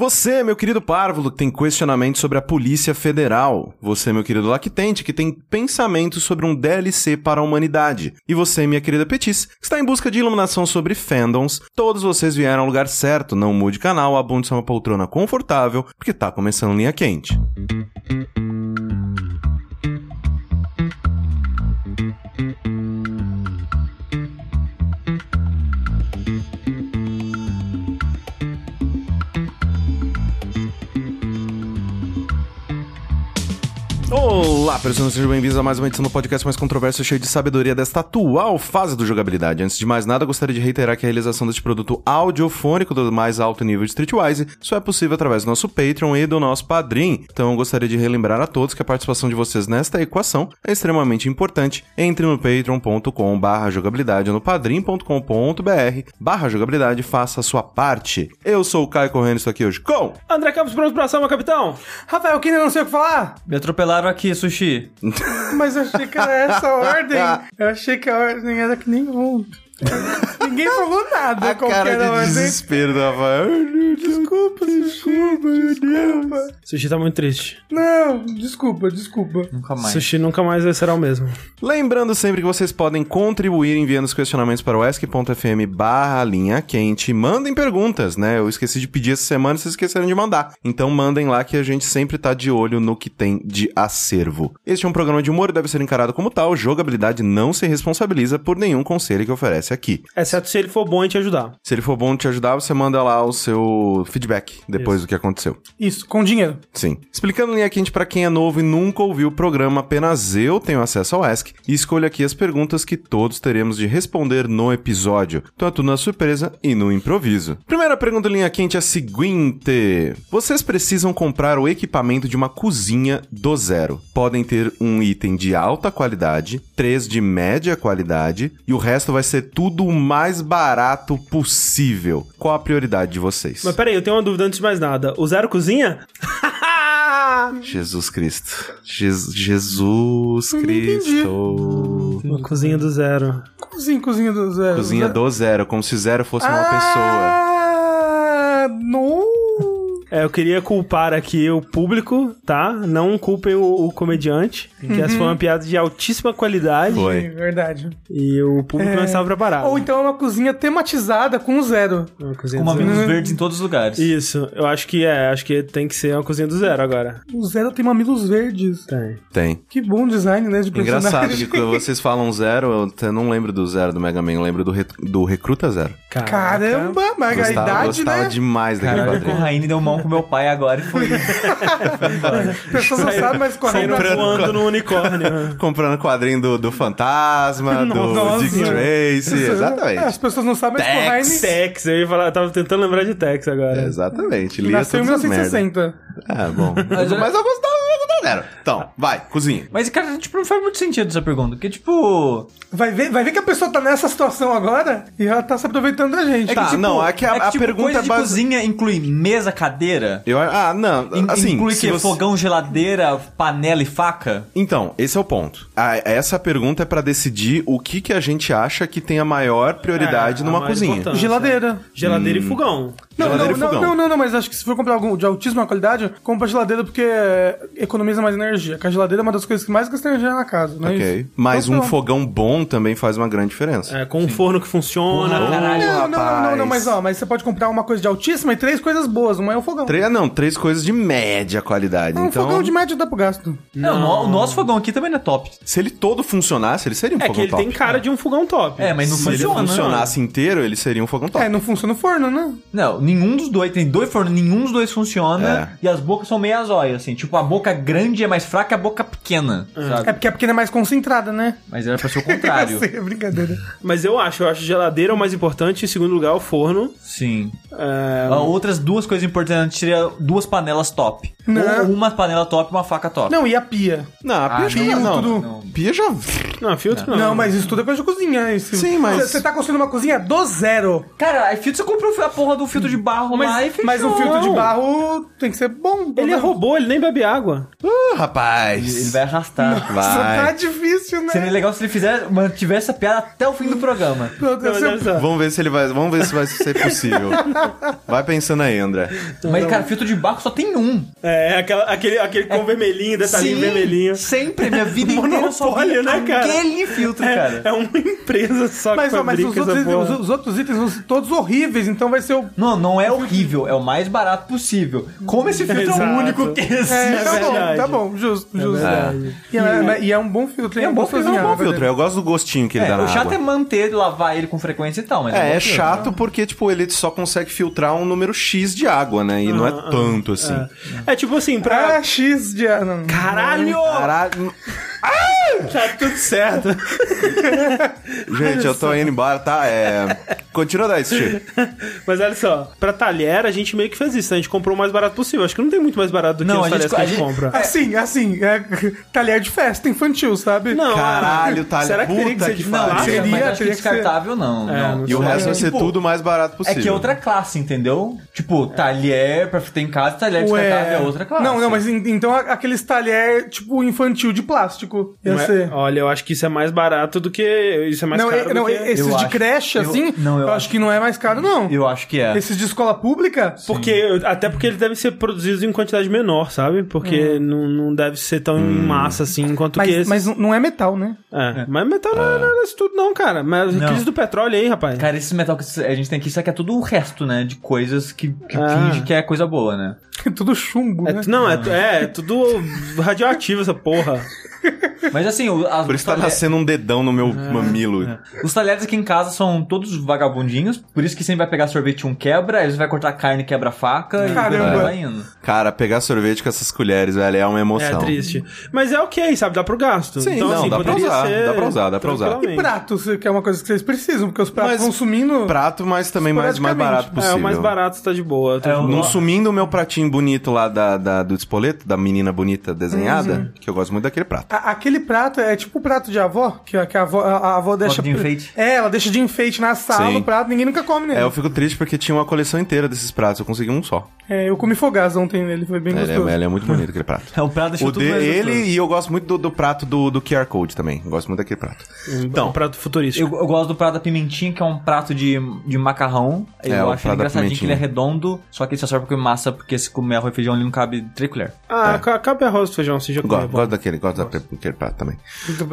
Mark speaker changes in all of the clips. Speaker 1: Você, meu querido párvulo, que tem questionamento sobre a Polícia Federal. Você, meu querido lactente, que tem pensamento sobre um DLC para a humanidade. E você, minha querida Petis, que está em busca de iluminação sobre fandoms. Todos vocês vieram ao lugar certo. Não mude canal, abunde-se a uma poltrona confortável, porque tá começando linha quente. Olá, pessoas, sejam bem-vindos a mais uma edição do podcast mais controverso cheio de sabedoria desta atual fase do jogabilidade. Antes de mais nada, gostaria de reiterar que a realização deste produto audiofônico do mais alto nível de Streetwise só é possível através do nosso Patreon e do nosso Padrim. Então, eu gostaria de relembrar a todos que a participação de vocês nesta equação é extremamente importante. Entre no patreon.com barra jogabilidade ou no padrim.com.br barra jogabilidade, faça a sua parte. Eu sou o Caio Corrêa, estou aqui hoje com...
Speaker 2: André Campos, pronto pra ação, meu capitão?
Speaker 3: Rafael, que não sei o que falar.
Speaker 4: Me atropelaram aqui, sushi.
Speaker 3: Mas eu achei que era essa a ordem. Eu achei que a ordem era que nenhum. Ninguém falou nada.
Speaker 1: A
Speaker 3: qual que
Speaker 1: cara
Speaker 3: era a
Speaker 1: de
Speaker 3: ordem.
Speaker 1: desespero né? do Rafael.
Speaker 3: Desculpa, desculpa, meu Deus.
Speaker 2: Sushi tá muito triste.
Speaker 3: Não, desculpa, desculpa.
Speaker 4: Nunca mais.
Speaker 2: Sushi nunca mais será o mesmo.
Speaker 1: Lembrando sempre que vocês podem contribuir enviando os questionamentos para o esc.fm barra linha quente. Mandem perguntas, né? Eu esqueci de pedir essa semana e vocês esqueceram de mandar. Então mandem lá que a gente sempre tá de olho no que tem de acervo. Este é um programa de humor e deve ser encarado como tal. Jogabilidade não se responsabiliza por nenhum conselho que oferece aqui.
Speaker 2: Exceto se ele for bom em te ajudar.
Speaker 1: Se ele for bom te ajudar, você manda lá o seu feedback depois do que aconteceu.
Speaker 3: Isso, com dinheiro.
Speaker 1: Sim. Explicando linha quente pra quem é novo e nunca ouviu o programa, apenas eu tenho acesso ao Ask e escolho aqui as perguntas que todos teremos de responder no episódio. Então é tudo na surpresa e no improviso. Primeira pergunta linha quente é a seguinte: Vocês precisam comprar o equipamento de uma cozinha do zero. Podem ter um item de alta qualidade, três de média qualidade e o resto vai ser tudo o mais barato possível. Qual a prioridade de vocês?
Speaker 2: Mas peraí, eu tenho uma dúvida antes de mais nada. O Zero cozinha?
Speaker 1: Jesus Cristo. Je- Jesus Cristo.
Speaker 2: Uma cozinha do Zero.
Speaker 3: Cozinha, cozinha do zero.
Speaker 1: Cozinha
Speaker 3: Zero.
Speaker 1: do zero, como se zero fosse uma pessoa.
Speaker 3: Ah, não.
Speaker 2: É, eu queria culpar aqui o público, tá? Não culpem o, o comediante, que essa foi uma piada de altíssima qualidade
Speaker 3: É
Speaker 1: Foi.
Speaker 3: verdade.
Speaker 2: e o público não estava preparado. É
Speaker 3: Ou então é uma cozinha tematizada com o zero.
Speaker 2: Uma cozinha
Speaker 4: Com
Speaker 2: do zero.
Speaker 4: mamilos verdes em todos os lugares.
Speaker 2: Isso, eu acho que é, acho que tem que ser uma cozinha do zero agora.
Speaker 3: O zero tem mamilos verdes.
Speaker 2: Tem.
Speaker 1: Tem.
Speaker 3: Que bom design, né? De personagem.
Speaker 1: Engraçado que quando vocês falam zero, eu até não lembro do zero do Mega Man, eu lembro do, re- do Recruta Zero.
Speaker 3: Caramba, mas a
Speaker 1: tá- Gostava,
Speaker 3: idade,
Speaker 1: gostava
Speaker 3: né?
Speaker 1: demais daquele
Speaker 4: Caralho, o
Speaker 1: quadrinho.
Speaker 4: Raine deu mão com meu pai agora e foi.
Speaker 3: Pessoas não sabem, mas correm
Speaker 2: Saíram
Speaker 3: pra
Speaker 2: voando no unicórnio.
Speaker 1: Comprando quadrinho do, do Fantasma, do
Speaker 3: Nossa.
Speaker 1: Dick Tracy.
Speaker 3: É, As
Speaker 1: assim, Exatamente.
Speaker 3: pessoas não sabem, mas
Speaker 1: Tex.
Speaker 3: Corraine
Speaker 2: Tex, eu ia falar, eu tava tentando lembrar de Tex agora.
Speaker 1: É, Exatamente. Lia
Speaker 3: nasceu em
Speaker 1: todas as merdas.
Speaker 3: 1960.
Speaker 1: Ah, bom. Mas eu gostava do Recruta Zero. Então, vai, cozinha.
Speaker 4: Mas, cara, tipo, não faz muito sentido essa pergunta. Porque, tipo.
Speaker 3: Vai ver, vai ver que a pessoa tá nessa situação agora e ela tá se aproveitando da gente.
Speaker 1: É Tá,
Speaker 4: tipo,
Speaker 1: não, é que a- a pergunta
Speaker 4: coisa de
Speaker 1: base-
Speaker 4: cozinha inclui mesa, cadeira?
Speaker 1: Eu, ah, não,
Speaker 4: In-
Speaker 1: assim...
Speaker 4: inclui
Speaker 1: se
Speaker 4: que?
Speaker 1: você-
Speaker 4: Fogão, geladeira, panela e faca?
Speaker 1: Então, esse é o ponto. A- essa pergunta é pra decidir o que, que a gente acha que tem a maior prioridade
Speaker 2: É, a
Speaker 1: numa
Speaker 2: mais
Speaker 1: cozinha. Hum.
Speaker 2: importante.
Speaker 3: Geladeira.
Speaker 2: Geladeira e fogão.
Speaker 3: Não, não,
Speaker 1: Geladeira e
Speaker 3: não,
Speaker 1: fogão.
Speaker 3: não, não, não, mas acho que se for comprar algum de altíssima qualidade, compra geladeira porque economiza mais energia. Porque a geladeira é uma das coisas que mais gasta energia na casa, não é
Speaker 1: Ok.
Speaker 3: isso?
Speaker 1: Mas
Speaker 3: Então,
Speaker 1: um
Speaker 3: tá.
Speaker 1: fogão bom também faz uma grande diferença.
Speaker 2: É, com um forno que funciona.
Speaker 4: Porra, caralho.
Speaker 3: Não, não, não, não, não,
Speaker 1: rapaz.
Speaker 3: mas ó, mas você pode comprar uma coisa de altíssima e três coisas boas, uma é o fogão.
Speaker 1: Três, ah, não, três coisas de média qualidade.
Speaker 3: Um
Speaker 1: então,
Speaker 3: fogão de média dá pro gasto.
Speaker 4: Não, o no- o nosso fogão aqui também não é top.
Speaker 1: se ele todo funcionasse, ele seria um
Speaker 2: É que
Speaker 1: fogão
Speaker 2: ele
Speaker 1: top.
Speaker 2: tem cara de um fogão top.
Speaker 4: É, mas não
Speaker 1: se
Speaker 4: funciona.
Speaker 1: ele
Speaker 4: né?
Speaker 1: funcionasse inteiro, ele seria um fogão top.
Speaker 3: É, não funciona o forno, né?
Speaker 4: Não, nenhum dos dois. Tem dois fornos, nenhum dos dois
Speaker 1: É.
Speaker 4: funciona. E as bocas são meio azóias, assim. Tipo, a boca grande é mais fraca e a boca pequena, sabe?
Speaker 3: É porque a pequena é mais concentrada, né?
Speaker 4: Mas era pra ser o contrário.
Speaker 3: Eu sei, é brincadeira.
Speaker 2: Mas eu acho, eu acho geladeira o mais importante, em segundo lugar, o forno.
Speaker 4: Sim.
Speaker 2: É,
Speaker 4: Ah, Outras duas coisas importantes seria duas panelas top.
Speaker 2: Né?
Speaker 3: Não.
Speaker 4: Ou uma panela top e uma faca top.
Speaker 3: Não, e a pia?
Speaker 1: Não, a
Speaker 4: Ah,
Speaker 1: pia já...
Speaker 3: não,
Speaker 1: Não,
Speaker 4: não.
Speaker 1: pia já...
Speaker 2: Não, filtro não.
Speaker 3: Não, mas isso tudo é coisa de cozinha. Isso.
Speaker 1: Sim, mas-
Speaker 3: Você tá construindo uma cozinha do zero.
Speaker 4: Cara, aí filtro, você comprou a porra do filtro de barro lá e fechou.
Speaker 3: Mas um filtro de barro tem que ser bom.
Speaker 2: Ele é
Speaker 3: roubou.
Speaker 2: robô, ele nem bebe água.
Speaker 1: Uh,
Speaker 4: Ele, ele
Speaker 1: rapaz!
Speaker 4: vai arrastar.
Speaker 3: Isso tá
Speaker 1: Vai.
Speaker 3: difícil, né?
Speaker 4: Seria legal se ele fizer, mantivesse essa piada até o fim do programa.
Speaker 3: Meu
Speaker 2: Não,
Speaker 3: Deus,
Speaker 2: mas
Speaker 3: eu-
Speaker 2: olha só.
Speaker 1: Vamos ver se ele vai. Vamos ver se vai ser possível. Vai pensando aí, André.
Speaker 4: Mas, cara, filtro de barco só tem um.
Speaker 2: É, aquela- aquele, aquele com vermelhinho, detalhinho vermelhinho.
Speaker 4: Sempre, minha vida inteira eu só vi
Speaker 2: Monopólio, né, cara?
Speaker 4: aquele filtro, cara.
Speaker 2: É, é uma empresa só
Speaker 3: Mas,
Speaker 2: que
Speaker 3: ó, mas
Speaker 2: fabrica
Speaker 3: os, outros
Speaker 2: essa
Speaker 3: itens,
Speaker 2: porra.
Speaker 3: os- os outros itens vão ser todos horríveis, então vai ser o.
Speaker 4: Não, não é horrível, é o mais barato possível. Como esse filtro é
Speaker 2: Exato.
Speaker 4: o único que existe.
Speaker 3: É, tá bom,
Speaker 2: verdade.
Speaker 3: tá bom, justo, justo.
Speaker 2: verdade.
Speaker 3: E, é, e é um bom filtro, hein?
Speaker 4: É um bom
Speaker 1: É
Speaker 3: gostosinho,
Speaker 1: um
Speaker 3: né,
Speaker 1: bom
Speaker 3: verdade.
Speaker 1: filtro. Eu gosto do gostinho que ele
Speaker 4: É,
Speaker 1: dá na
Speaker 4: o chato
Speaker 1: água.
Speaker 4: é manter, lavar ele com frequência e tal, mas
Speaker 1: É,
Speaker 4: bom
Speaker 1: é
Speaker 4: filtro. né?
Speaker 1: chato porque, tipo, ele só consegue filtrar um número X de água, né? E não
Speaker 4: Ah,
Speaker 1: é tanto assim.
Speaker 2: É tipo assim, pra.
Speaker 3: Pra X de. ah, Não.
Speaker 2: Caralho!
Speaker 1: Caralho.
Speaker 2: Tá tudo certo.
Speaker 1: Gente, eu tô indo embora, tá? É. Continua daí, Steve.
Speaker 2: Mas olha só, pra talher a gente meio que fez isso, né? A gente comprou o mais barato possível. Acho que não tem muito mais barato do que
Speaker 4: Não,
Speaker 2: os
Speaker 4: a gente-
Speaker 2: talheres que a gente
Speaker 4: a gente-
Speaker 2: compra.
Speaker 3: Assim, assim, é talher de festa infantil, sabe?
Speaker 2: Não,
Speaker 1: Caralho, talher.
Speaker 2: Será que teria que
Speaker 1: Puta
Speaker 2: ser
Speaker 1: que
Speaker 2: de
Speaker 1: pariu.
Speaker 2: falar?
Speaker 4: Seria,
Speaker 3: Seria,
Speaker 4: mas acho que
Speaker 3: teria que ser-
Speaker 4: descartável, não.
Speaker 2: É,
Speaker 4: não.
Speaker 2: não
Speaker 1: E o
Speaker 2: sei.
Speaker 1: resto vai ser
Speaker 4: Tipo,
Speaker 1: tudo o mais barato
Speaker 4: É
Speaker 1: possível.
Speaker 4: que é outra classe, entendeu? Tipo, talher pra ter em casa, talher descartável é outra classe.
Speaker 3: Não, não, mas en- então a- aqueles talher, tipo, infantil de plástico. Ia
Speaker 2: Não é-
Speaker 3: ser.
Speaker 2: Olha, eu acho que isso é mais barato do que. Isso é mais
Speaker 3: não,
Speaker 2: caro.
Speaker 3: e-
Speaker 2: do
Speaker 3: não,
Speaker 2: que...
Speaker 3: esses
Speaker 4: Eu
Speaker 3: de
Speaker 4: acho.
Speaker 3: creche,
Speaker 4: Eu-
Speaker 3: assim,
Speaker 4: não, eu
Speaker 3: eu, acho que não é mais caro, não.
Speaker 4: Eu acho que é.
Speaker 3: Esses de escola pública,
Speaker 2: Porque, eu- até porque eles devem ser produzidos em quantidade menor, sabe? Porque não, não deve ser tão
Speaker 1: Hum.
Speaker 2: em massa assim quanto que
Speaker 3: É. mas,
Speaker 2: esses.
Speaker 3: mas não é metal, né?
Speaker 2: É, mas metal não, não, não é isso tudo não, cara. Mas
Speaker 4: Não.
Speaker 2: crise do petróleo aí, rapaz.
Speaker 4: Cara, esse metal que a gente tem aqui, isso aqui é tudo o resto, né? De coisas que, que
Speaker 2: Ah.
Speaker 4: finge que é coisa boa, né?
Speaker 3: Tudo chumbo,
Speaker 2: É
Speaker 3: né?
Speaker 2: tu- não, é, tu- é, é tudo radioativo essa porra.
Speaker 4: Mas assim, o- as,
Speaker 1: Por
Speaker 4: os,
Speaker 1: isso tá
Speaker 4: talher-
Speaker 1: nascendo um dedão no meu
Speaker 4: É,
Speaker 1: mamilo.
Speaker 4: os talheres aqui em casa são todos vagabundinhos, por isso que sempre vai pegar sorvete um quebra, aí você vai cortar carne, quebra a faca e
Speaker 3: Caramba.
Speaker 4: depois vai indo.
Speaker 1: Cara, pegar sorvete com essas colheres, velho, é uma
Speaker 2: É
Speaker 1: emoção.
Speaker 2: triste. Mas é ok, sabe? Dá pro gasto.
Speaker 1: Sim,
Speaker 2: então,
Speaker 1: não,
Speaker 2: assim,
Speaker 1: dá pra
Speaker 2: poderia
Speaker 1: usar,
Speaker 2: ser
Speaker 1: dá pra usar, dá pra usar.
Speaker 3: E
Speaker 2: tranquilamente.
Speaker 3: pratos, que é uma coisa que vocês precisam, porque os pratos
Speaker 1: Mas
Speaker 3: vão sumindo.
Speaker 1: Um Prato, mas também mais, mais barato
Speaker 3: Esporadicamente.
Speaker 1: possível. um
Speaker 2: É, o mais barato tá de boa. tá de
Speaker 4: É, o-
Speaker 2: boa.
Speaker 1: Não sumindo o meu pratinho bonito lá da, da- do espoleto, da menina bonita
Speaker 4: Uhum.
Speaker 1: desenhada, que eu gosto muito daquele prato.
Speaker 3: A- Aquele prato é tipo o prato de avó, que, a- que a avó, a, a avó deixa.
Speaker 4: de enfeite.
Speaker 3: É, ela deixa de enfeite na sala
Speaker 1: Sim.
Speaker 3: o prato, ninguém nunca come nele.
Speaker 1: É, eu fico triste porque tinha uma coleção inteira desses pratos, eu consegui um só.
Speaker 3: É, eu comi fogás ontem nele, foi bem
Speaker 1: Ele
Speaker 3: gostoso.
Speaker 1: é, ele é muito bonito aquele prato.
Speaker 4: É, o prato deixa
Speaker 1: O
Speaker 4: tudo
Speaker 1: de-
Speaker 4: mais
Speaker 1: ele
Speaker 4: gostoso.
Speaker 1: e eu gosto muito do, do prato do, do QR Code também. Gosto muito daquele prato.
Speaker 2: Então, um prato futurístico.
Speaker 4: Eu, eu gosto do prato da pimentinha, que é um prato de, de macarrão. Eu
Speaker 1: É, o
Speaker 4: acho
Speaker 1: prato
Speaker 4: ele
Speaker 1: da
Speaker 4: engraçadinho que
Speaker 1: pimentinha.
Speaker 4: ele é redondo, só que ele só serve pra comer massa, porque se comer arroz e feijão ali não cabe três colheres.
Speaker 2: Ah, ca- cabe arroz e feijão, se já
Speaker 1: Gosto,
Speaker 2: comeu.
Speaker 1: É. gosto daquele, gosto daquele, daquele prato também.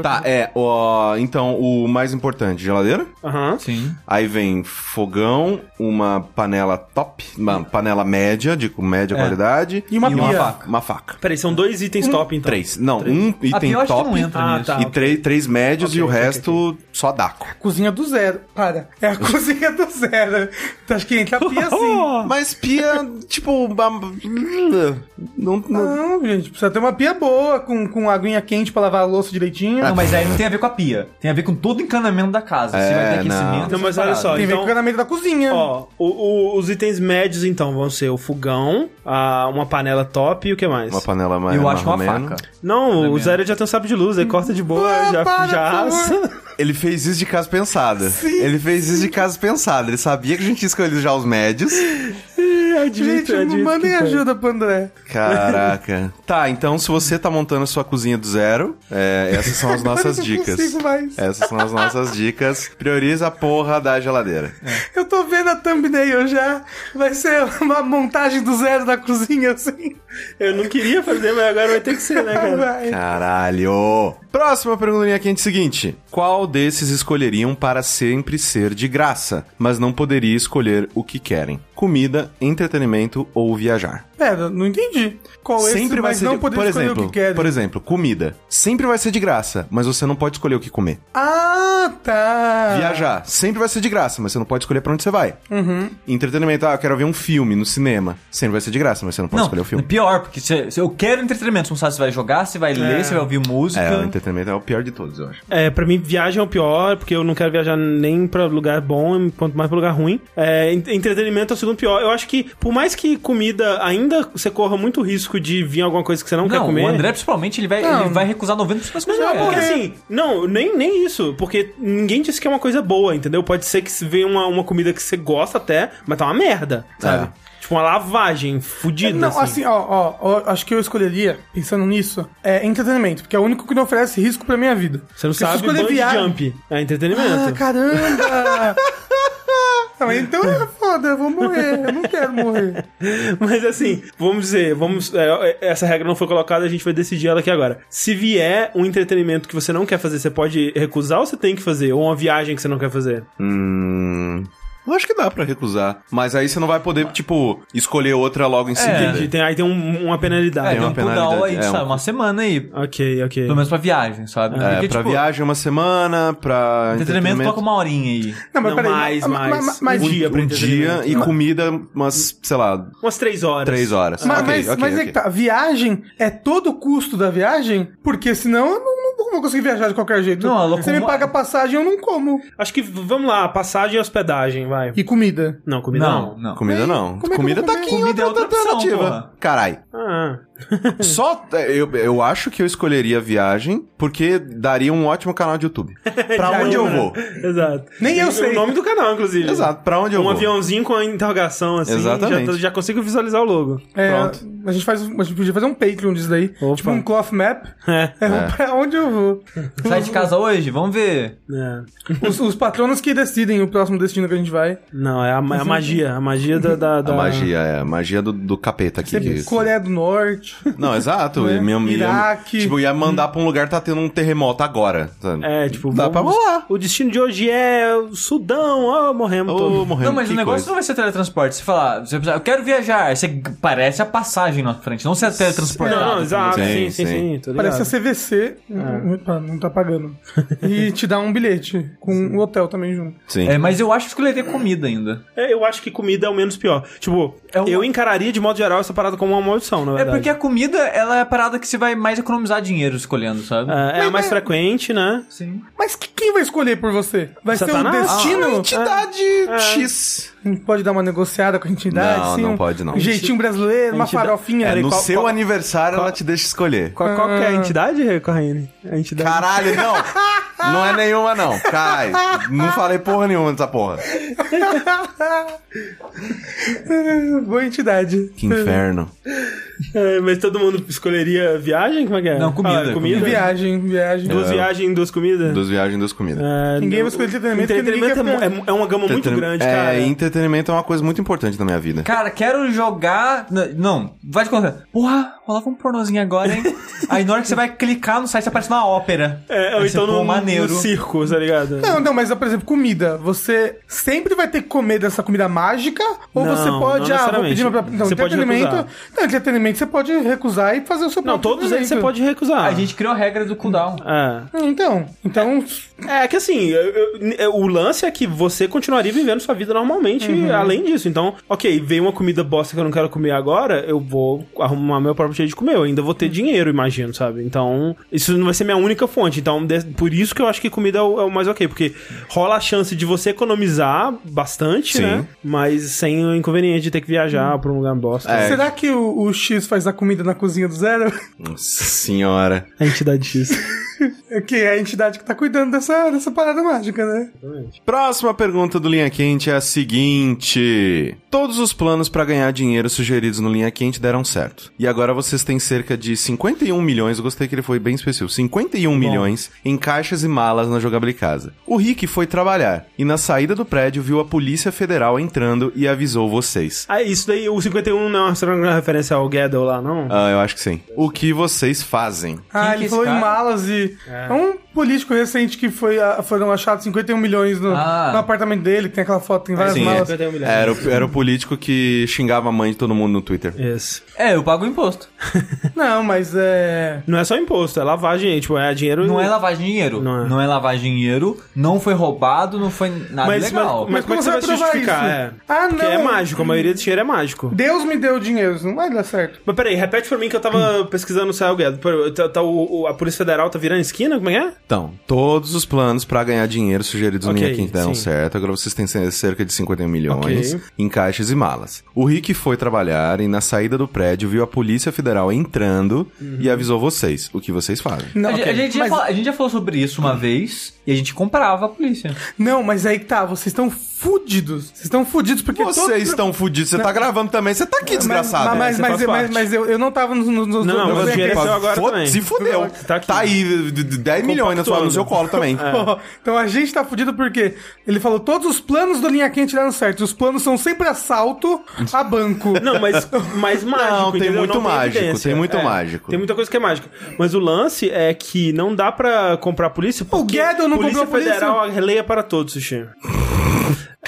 Speaker 1: Tá, é, ó, então o mais importante, geladeira?
Speaker 2: Aham.
Speaker 4: Sim.
Speaker 1: Aí vem fogão, uma panela top, uma panela média, de média qualidade.
Speaker 3: E uma
Speaker 4: E uma
Speaker 3: pia.
Speaker 4: faca.
Speaker 1: Uma faca.
Speaker 2: Peraí, são dois itens top, então.
Speaker 1: Três. Não, um
Speaker 4: A
Speaker 1: item
Speaker 4: pior acho que
Speaker 1: top
Speaker 4: não entra
Speaker 2: Ah,
Speaker 4: nisso.
Speaker 2: tá.
Speaker 1: e três, três médios
Speaker 2: Ok,
Speaker 1: e o
Speaker 2: ok,
Speaker 1: resto só daco.
Speaker 3: Cozinha do zero. Para. É a cozinha do zero. Então, acho que entra a pia
Speaker 4: Ah.
Speaker 3: assim.
Speaker 1: Mas pia, tipo. ba- Não, não-
Speaker 3: Não, gente, precisa ter uma pia boa, com, com aguinha quente pra lavar a louça direitinho.
Speaker 4: Não, mas aí não tem a ver com a pia. Tem a ver com todo o encanamento da casa. Se
Speaker 1: É,
Speaker 4: vai ter
Speaker 1: não.
Speaker 4: aquecimento.
Speaker 2: Não, mas olha
Speaker 4: essas paradas.
Speaker 2: só,
Speaker 3: Tem a ver
Speaker 2: então-
Speaker 3: com o encanamento da cozinha.
Speaker 2: Ó, o- o- os itens médios, então, vão ser o fogão, a, uma panela top e o que mais?
Speaker 1: Uma panela mais.
Speaker 4: Eu acho uma
Speaker 1: marromeno.
Speaker 4: faca.
Speaker 2: Não, o Zé já tem um sapo de luz, aí corta de boa,
Speaker 3: Ah,
Speaker 2: já,
Speaker 3: para,
Speaker 2: já
Speaker 3: por favor.
Speaker 2: assa.
Speaker 1: Ele fez isso de casa pensada. Ele fez isso de casa pensada. Ele sabia que a gente ia escolher já os médios.
Speaker 2: Admito,
Speaker 3: gente,
Speaker 2: admito
Speaker 3: mandem
Speaker 2: é que foi.
Speaker 3: ajuda pro André.
Speaker 1: Caraca. tá, então se você tá montando a sua cozinha do zero, é, essas são as nossas
Speaker 3: Eu não
Speaker 1: dicas.
Speaker 3: consigo mais.
Speaker 1: Essas são as nossas dicas. Prioriza a porra da geladeira.
Speaker 3: Eu tô vendo a thumbnail já. Vai ser uma montagem do zero da cozinha, assim.
Speaker 2: Eu não queria fazer, mas agora vai ter que ser, né, cara?
Speaker 3: Vai.
Speaker 1: Caralho! Próxima perguntinha quente seguinte. Qual desses escolheriam para sempre ser de graça, mas não poderia escolher o que querem? Comida, entretenimento ou viajar?
Speaker 3: Pera, não entendi. Qual é esse,
Speaker 1: sempre vai
Speaker 3: mas
Speaker 1: ser
Speaker 3: não
Speaker 1: de...
Speaker 3: poder
Speaker 1: por
Speaker 3: escolher
Speaker 1: exemplo,
Speaker 3: o que quer.
Speaker 1: por exemplo, comida. Sempre vai ser de graça, mas você não pode escolher o que comer.
Speaker 3: Ah, tá.
Speaker 1: Viajar sempre vai ser de graça, mas você não pode escolher pra onde você vai.
Speaker 3: Uhum.
Speaker 1: Entretenimento, ah, eu quero ver um filme no cinema. Sempre vai ser de graça, mas você não pode
Speaker 4: Não, é
Speaker 1: escolher o filme.
Speaker 4: pior, porque se, se eu quero entretenimento. Você não sabe se vai jogar, se vai ler, se vai ouvir música.
Speaker 1: É, o entretenimento é o pior de todos, eu acho.
Speaker 2: É, pra mim, viagem é o pior, porque eu não quero viajar nem pra lugar bom, quanto mais pra lugar ruim. É, en- entretenimento é o segundo pior. Eu acho que, por mais que comida ainda ainda você corra muito risco de vir alguma coisa que você não, quer
Speaker 4: Não,
Speaker 2: comer.
Speaker 4: o André principalmente, ele vai,
Speaker 3: Não.
Speaker 4: ele vai recusar 90% das coisas.
Speaker 2: Não,
Speaker 3: É.
Speaker 4: cara.
Speaker 2: porque assim, não, nem, nem isso, porque ninguém disse que é uma coisa boa, entendeu? Pode ser que se venha uma, uma comida que você gosta até, mas tá uma merda, sabe? Tipo uma lavagem fodida.
Speaker 3: É. Não, assim, ó, ó, ó, acho que eu escolheria, pensando nisso, é entretenimento, porque é o único que não oferece risco pra minha vida.
Speaker 2: Você não
Speaker 3: Porque se eu
Speaker 2: sabe
Speaker 3: escolher
Speaker 2: bungee
Speaker 3: viagem-
Speaker 2: jump. É
Speaker 3: Ah,
Speaker 2: entretenimento.
Speaker 3: caramba! Ah, mas então é foda, eu vou morrer, eu não quero morrer.
Speaker 2: Mas assim, vamos dizer, vamos. é, é, essa regra não foi colocada, a gente vai decidir ela aqui agora. Se vier um entretenimento que você não quer fazer, você pode recusar ou você tem que fazer? Ou uma viagem que você não quer fazer?
Speaker 1: Hum. Eu acho que dá pra recusar. Mas aí você não vai poder, tipo, escolher outra logo em seguida.
Speaker 3: Né?
Speaker 2: Entendi. Tem, aí tem um- uma penalidade.
Speaker 4: É, tem
Speaker 1: uma
Speaker 4: um cooldown aí,
Speaker 1: penalidade, é,
Speaker 4: sabe?
Speaker 1: um-
Speaker 4: Uma semana aí.
Speaker 2: Ok, ok.
Speaker 4: Pelo menos pra viagem, sabe?
Speaker 1: É, pra viagem uma semana, pra
Speaker 4: tipo, Entretenimento toca uma horinha aí.
Speaker 3: Não, mas
Speaker 2: Não,
Speaker 3: peraí.
Speaker 2: mais,
Speaker 3: ma- ma-
Speaker 2: mais.
Speaker 3: ma- mas-
Speaker 1: um
Speaker 2: Um dia
Speaker 1: dia,
Speaker 2: pra
Speaker 1: um
Speaker 4: né?
Speaker 1: dia e
Speaker 2: entretenimento.
Speaker 1: comida umas, sei lá,
Speaker 2: Umas três horas.
Speaker 1: três horas.
Speaker 3: Mas,
Speaker 1: Ah, Ok,
Speaker 3: mas,
Speaker 1: ok,
Speaker 3: mas é
Speaker 1: ok.
Speaker 3: que tá, viagem é todo o custo da viagem, porque senão eu não, não vou conseguir viajar de qualquer jeito.
Speaker 4: Não, a locomo-
Speaker 3: Você me paga passagem, eu não como.
Speaker 2: Acho que, v- vamos lá, passagem e hospedagem, vai.
Speaker 3: E comida.
Speaker 2: Não, comida não.
Speaker 4: Não, não.
Speaker 1: Comida não.
Speaker 3: Como é que eu
Speaker 1: comida
Speaker 3: vou
Speaker 1: tá
Speaker 3: comer?
Speaker 1: aqui em
Speaker 4: Comida é
Speaker 1: outra,
Speaker 4: outra opção,
Speaker 1: alternativa.
Speaker 4: porra.
Speaker 1: Carai.
Speaker 2: Ah,
Speaker 1: Só. Eu, eu acho que eu escolheria viagem, porque daria um ótimo canal de YouTube. Pra onde
Speaker 2: né?
Speaker 1: eu vou?
Speaker 2: é exato.
Speaker 3: Nem eu
Speaker 2: E
Speaker 3: sei.
Speaker 2: O nome do canal, inclusive.
Speaker 1: Exato, pra onde eu
Speaker 2: Um
Speaker 1: vou?
Speaker 2: aviãozinho com a interrogação, assim.
Speaker 1: Exatamente.
Speaker 2: Já, tô- já consigo visualizar o logo.
Speaker 3: É,
Speaker 1: Pronto.
Speaker 3: A gente, faz, a gente podia fazer um Patreon disso daí.
Speaker 2: Opa.
Speaker 3: Tipo um cloth map.
Speaker 2: É.
Speaker 3: É, pra onde eu vou.
Speaker 4: Sai de casa hoje, vamos ver.
Speaker 2: É.
Speaker 3: Os, os patronos que decidem o próximo destino que a gente vai.
Speaker 2: Não, é a, ma- a magia. A magia da... da,
Speaker 1: A
Speaker 2: da-
Speaker 1: magia, é. A magia do, do capeta aqui. que-
Speaker 3: Coreia do Norte.
Speaker 1: Não, exato.
Speaker 3: Né?
Speaker 1: e minha, minha-
Speaker 3: Iraque.
Speaker 1: Tipo, ia mandar pra um lugar que tá tendo um terremoto agora. sabe?
Speaker 2: É, tipo...
Speaker 1: Dá pra rolar.
Speaker 2: O destino de hoje é o Sudão. Ó, morremos
Speaker 1: Ô,
Speaker 2: todos.
Speaker 1: morrendo.
Speaker 4: Não, mas
Speaker 1: que
Speaker 4: o negócio
Speaker 1: coisa.
Speaker 4: não vai ser teletransporte. Você fala, você precisa, eu quero viajar. Você g- parece a passagem na frente, não ser
Speaker 2: Não,
Speaker 4: teletransportado.
Speaker 2: não, exato. Sim,
Speaker 1: Sim,
Speaker 2: sim, sim.
Speaker 1: sim.
Speaker 2: tô ligado.
Speaker 3: Parece a CVC.
Speaker 1: É.
Speaker 3: Opa, não tá pagando. E te dá um bilhete com o hotel também junto.
Speaker 1: Sim.
Speaker 4: É, mas eu acho que escolheria comida ainda.
Speaker 2: É, eu acho que comida é o menos pior. Tipo,
Speaker 4: É uma-
Speaker 2: eu encararia de modo geral essa parada como uma maldição, na
Speaker 4: É
Speaker 2: verdade.
Speaker 4: porque a comida, ela é a parada que você vai mais economizar dinheiro escolhendo, sabe?
Speaker 2: É, é a mais frequente, né?
Speaker 4: Sim.
Speaker 3: Mas que- quem vai escolher por você? Vai
Speaker 4: tá
Speaker 2: Satanás?
Speaker 4: Ah,
Speaker 3: ser o destino?
Speaker 1: Entidade
Speaker 2: É.
Speaker 1: X.
Speaker 3: A gente pode dar uma negociada com a entidade?
Speaker 1: Não,
Speaker 3: assim,
Speaker 1: não
Speaker 3: um
Speaker 1: pode, não.
Speaker 3: Um jeitinho brasileiro, uma
Speaker 2: Entidade-
Speaker 3: farofinha.
Speaker 1: É,
Speaker 2: Peraí,
Speaker 1: no
Speaker 2: qual-
Speaker 1: seu
Speaker 2: qual-
Speaker 1: aniversário ela te deixa escolher.
Speaker 2: Qual, qual que é a entidade, Corraine? A entidade.
Speaker 1: Caralho, não. Não é nenhuma, não. Cai. Não falei porra nenhuma dessa porra.
Speaker 3: Boa entidade.
Speaker 1: Que inferno.
Speaker 2: É, mas todo mundo escolheria viagem? Como é que é?
Speaker 4: Não, comida,
Speaker 2: Ah,
Speaker 4: comida. É.
Speaker 3: Viagem, viagem.
Speaker 1: É.
Speaker 2: Duas viagens, duas comidas?
Speaker 1: Dos viagens, das comidas.
Speaker 2: É,
Speaker 3: Ninguém
Speaker 2: não.
Speaker 3: vai escolher entretenimento, porque ninguém
Speaker 2: Entretenimento é,
Speaker 3: quer
Speaker 2: mu- é uma gama muito
Speaker 1: Entreten-
Speaker 2: grande, cara.
Speaker 1: É, entretenimento é uma coisa muito importante na minha vida.
Speaker 4: Cara, quero jogar. N- Não, vai te colocar. Porra, rolava um pornozinho agora, hein? Aí na hora que você vai clicar no site, você aparece uma ópera.
Speaker 2: É, ou
Speaker 4: Aí você,
Speaker 2: então
Speaker 4: pô,
Speaker 2: no,
Speaker 4: maneiro.
Speaker 2: no circo, tá ligado?
Speaker 3: Não, não, mas, por exemplo, comida. Você sempre vai ter que comer dessa comida mágica? Ou
Speaker 2: Não,
Speaker 3: você pode.
Speaker 2: não
Speaker 3: ah, vou
Speaker 2: necessariamente.
Speaker 3: pedir meu. Não,
Speaker 2: Você pode
Speaker 3: entretenimento.
Speaker 2: recusar.
Speaker 3: não, entretenimento você pode recusar e fazer o seu
Speaker 2: Não,
Speaker 3: próprio
Speaker 2: todos eles você
Speaker 3: entretenimento.
Speaker 2: pode recusar.
Speaker 4: A gente criou a regra do cooldown.
Speaker 2: É.
Speaker 3: Hum, Então, então.
Speaker 2: É que assim, eu- eu- eu- o lance é que você continuaria vivendo sua vida normalmente
Speaker 1: Uhum.
Speaker 2: além disso. Então, ok, veio uma comida bosta que eu não quero comer agora, eu vou arrumar meu próprio jeito de comer. Eu ainda vou ter
Speaker 1: Uhum.
Speaker 2: dinheiro, imagino, sabe? Então, isso não vai ser minha única fonte. Então, de- por isso que eu acho que comida é o, é o mais ok, porque rola a chance de você economizar bastante,
Speaker 1: Sim.
Speaker 2: né? Mas sem o inconveniente de ter que viajar pra um lugar bosta.
Speaker 1: É.
Speaker 3: Será que o, o X faz a comida na cozinha do zero?
Speaker 1: Nossa senhora.
Speaker 2: A entidade X.
Speaker 3: que é a entidade que tá cuidando dessa, dessa parada mágica, né?
Speaker 1: Próxima pergunta do Linha Quente é a seguinte: Todos os planos pra ganhar dinheiro sugeridos no Linha Quente deram certo. E agora vocês têm cerca de 51 milhões, eu gostei que ele foi bem específico, 51 milhões em caixas e malas na jogabilicasa. O Rick foi trabalhar e na saída do prédio viu a Polícia Federal entrando e avisou vocês.
Speaker 2: ah, isso daí, o 51 não, você não é referência ao Ghetto lá, não?
Speaker 1: Ah, eu acho que sim. O que vocês fazem?
Speaker 3: ah,
Speaker 4: que
Speaker 3: ele
Speaker 4: é
Speaker 3: falou
Speaker 4: esse
Speaker 3: em
Speaker 4: cara?
Speaker 3: malas e. É. Um político recente que foi, a- foram achados 51 milhões no,
Speaker 4: Ah.
Speaker 3: no apartamento dele, que tem aquela foto, tem várias
Speaker 1: Sim,
Speaker 3: malas.
Speaker 2: é. milhões.
Speaker 1: Era o, era o político que xingava a mãe de todo mundo no Twitter.
Speaker 2: Isso.
Speaker 4: É, eu pago o imposto.
Speaker 3: Não, mas é.
Speaker 2: Não é só imposto, é lavagem, tipo, é dinheiro.
Speaker 4: Não é lavar dinheiro.
Speaker 2: Não
Speaker 4: Não
Speaker 2: é.
Speaker 4: é, lavar dinheiro, não foi roubado, não foi nada
Speaker 2: Mas-
Speaker 4: Ah, legal.
Speaker 2: Mas como é que você vai
Speaker 3: provar
Speaker 2: justificar? É.
Speaker 3: Ah, não.
Speaker 2: Porque é mágico, a maioria do dinheiro é mágico.
Speaker 3: Deus me deu dinheiro, isso não vai dar certo.
Speaker 2: Mas peraí, repete pra mim que eu tava pesquisando o Céu Guedes. Pera, Tá, tá o, o- a Polícia Federal tá virando esquina? Como é que é?
Speaker 1: Então, todos os planos pra ganhar dinheiro sugeridos no
Speaker 2: Ok,
Speaker 1: Minha Quinta deram
Speaker 2: sim.
Speaker 1: certo. Agora vocês têm cerca de 51 milhões
Speaker 2: Ok.
Speaker 1: em caixas e malas. O Rick foi trabalhar e na saída do prédio viu a Polícia Federal entrando
Speaker 3: Uhum.
Speaker 1: e avisou vocês. O que vocês fazem?
Speaker 3: Não,
Speaker 4: a, gente-
Speaker 3: ok,
Speaker 4: a gente
Speaker 3: mas-
Speaker 4: já fala- a gente já falou sobre isso uma vez e a gente comparava a polícia.
Speaker 3: Não, mas aí que tá, vocês estão fudidos. Vocês estão fudidos porque todo-
Speaker 1: Vocês estão fudidos, você tá gravando também, você tá aqui,
Speaker 3: Mas-
Speaker 1: desgraçado.
Speaker 3: Mas,
Speaker 2: né? você
Speaker 3: mas,
Speaker 2: faz
Speaker 3: mas-
Speaker 2: parte.
Speaker 3: mas eu, eu não tava nos. nos, nos
Speaker 2: Não,
Speaker 3: nos-
Speaker 2: mas
Speaker 3: nos-
Speaker 2: o dinheiro é
Speaker 1: Pô,
Speaker 2: seu agora
Speaker 1: foda-
Speaker 2: também.
Speaker 1: Se fudeu.
Speaker 2: Tá
Speaker 1: Tá,
Speaker 2: aqui.
Speaker 1: aí, d- d- 10 milhões na sua, no seu colo também.
Speaker 3: Ó, Então a gente tá fudido porque ele falou todos os planos do Linha Quente deram certo. Os planos são sempre assalto a banco.
Speaker 2: Não, mas mais mágico.
Speaker 1: tem
Speaker 2: entendeu?
Speaker 1: muito mágico,
Speaker 2: evidência.
Speaker 1: tem muito mágico.
Speaker 2: Tem muita coisa que é mágica. Mas o lance é que não dá pra comprar polícia porque
Speaker 3: Guedo não
Speaker 2: polícia
Speaker 3: comprou polícia.
Speaker 2: federal a lei é para todos, Sushi.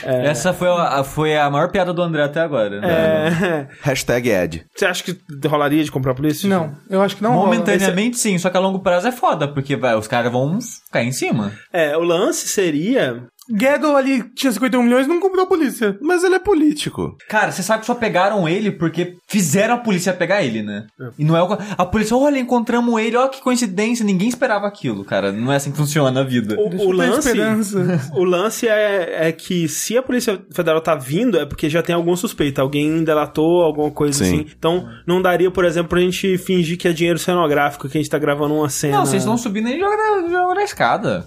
Speaker 4: Essa foi a, a- foi a maior piada do André até agora. né?
Speaker 2: É,
Speaker 1: Hashtag Ed.
Speaker 2: Você acha que rolaria de comprar polícia? Sushi?
Speaker 3: Não, eu acho que não rola. é
Speaker 4: Momentaneamente sim, só que a longo prazo é foda, porque vai, os caras vão ficar em cima.
Speaker 2: É, o lance seria
Speaker 3: Guedo ali tinha 51 milhões e não comprou a polícia.
Speaker 1: Mas ele é político.
Speaker 4: Cara, você sabe que só pegaram ele porque fizeram a polícia pegar ele, né? E não é o... co- A polícia, olha, encontramos ele, olha que coincidência, ninguém esperava aquilo, cara. Não é assim que funciona a vida.
Speaker 2: o, o
Speaker 3: eu ter
Speaker 2: lance.
Speaker 3: esperança.
Speaker 2: O lance é, é que se a Polícia Federal tá vindo, é porque já tem algum suspeito. Alguém delatou, alguma coisa
Speaker 1: Sim.
Speaker 2: assim. Então, não daria, por exemplo, pra gente fingir que é dinheiro cenográfico, que a gente tá gravando uma cena.
Speaker 4: Não, vocês não subindo nem joga na, joga na escada.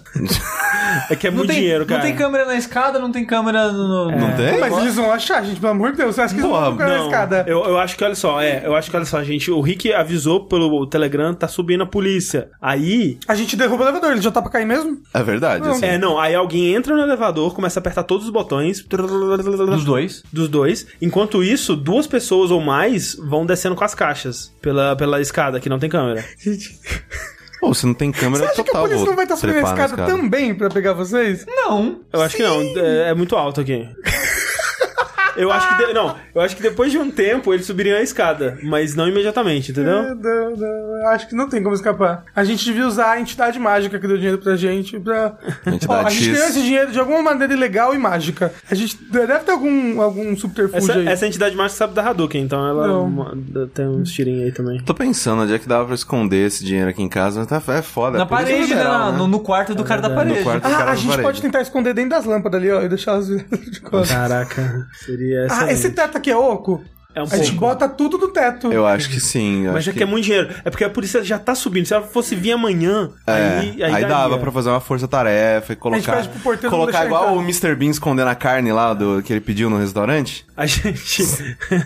Speaker 2: É que é
Speaker 4: Não
Speaker 2: muito
Speaker 4: tem,
Speaker 2: dinheiro, cara. É.
Speaker 4: Não tem câmera na escada, não tem câmera no. no-
Speaker 1: Não tem?
Speaker 3: Mas eles vão achar, gente, pelo amor de Deus. Você acha que eles
Speaker 1: Porra,
Speaker 3: vão comprar na
Speaker 2: Não,
Speaker 3: escada?
Speaker 2: Eu, eu acho que, olha só, é, eu acho que, olha só, gente, o Rick avisou pelo Telegram, tá subindo a polícia. Aí,
Speaker 3: A gente derruba o elevador, ele já tá pra cair mesmo?
Speaker 1: É verdade. assim.
Speaker 2: é, não, aí alguém entra no elevador, começa a apertar todos os botões
Speaker 4: Dos dois.
Speaker 2: dos dois. Enquanto isso, duas pessoas ou mais vão descendo com as caixas pela, pela escada, que não tem câmera.
Speaker 3: Gente,
Speaker 1: Pô, se não tem
Speaker 3: você
Speaker 1: câmera,
Speaker 3: acha que a
Speaker 1: total.
Speaker 3: polícia
Speaker 1: vou
Speaker 3: não vai tá estar subindo a
Speaker 1: trepar na
Speaker 3: escada também pra pegar vocês?
Speaker 4: Não.
Speaker 2: Eu acho que não, é, é muito alto aqui. Eu acho que de- não, eu acho que depois de um tempo eles subiriam a escada, mas não imediatamente, entendeu?
Speaker 3: Não, não, não, eu acho que não tem como escapar. A gente devia usar a entidade mágica que deu dinheiro pra gente. Pra...
Speaker 1: Entidade
Speaker 3: Ó, a gente
Speaker 1: X.
Speaker 3: ganhou esse dinheiro de alguma maneira ilegal e mágica. A gente deve ter algum, algum subterfúgio
Speaker 2: Essa,
Speaker 3: aí.
Speaker 2: essa entidade mágica sabe da Hadouken, então ela
Speaker 3: Não.
Speaker 2: mo- tem uns tirinhos aí também.
Speaker 1: Tô pensando onde é que dava pra esconder esse dinheiro aqui em casa, mas tá, é foda.
Speaker 4: Na
Speaker 1: é polícia
Speaker 4: parede,
Speaker 1: federal,
Speaker 4: né? No, no quarto do
Speaker 2: É
Speaker 4: cara da parede.
Speaker 1: No quarto do
Speaker 3: Ah,
Speaker 1: cara
Speaker 3: a
Speaker 1: na
Speaker 3: gente
Speaker 1: parede.
Speaker 3: pode tentar esconder dentro das lâmpadas ali, ó, e deixar as viradas de costas.
Speaker 2: Caraca, seria essa.
Speaker 3: Ah, esse
Speaker 2: mesmo.
Speaker 3: teto aqui é oco?
Speaker 2: É um
Speaker 3: a gente
Speaker 2: pouco.
Speaker 3: bota tudo no teto.
Speaker 1: Eu acho que sim. eu
Speaker 2: Mas
Speaker 1: acho
Speaker 2: é que é muito dinheiro. É porque a polícia já tá subindo. Se ela fosse vir amanhã,
Speaker 1: É,
Speaker 2: aí,
Speaker 1: aí,
Speaker 2: aí,
Speaker 1: dava
Speaker 2: daria.
Speaker 1: pra fazer uma força-tarefa e colocar.
Speaker 3: pede pro porteiro não
Speaker 1: colocar
Speaker 3: deixar
Speaker 1: igual
Speaker 3: entrar.
Speaker 1: o Mr. Bean escondendo a carne lá do, que ele pediu no restaurante.
Speaker 2: A gente.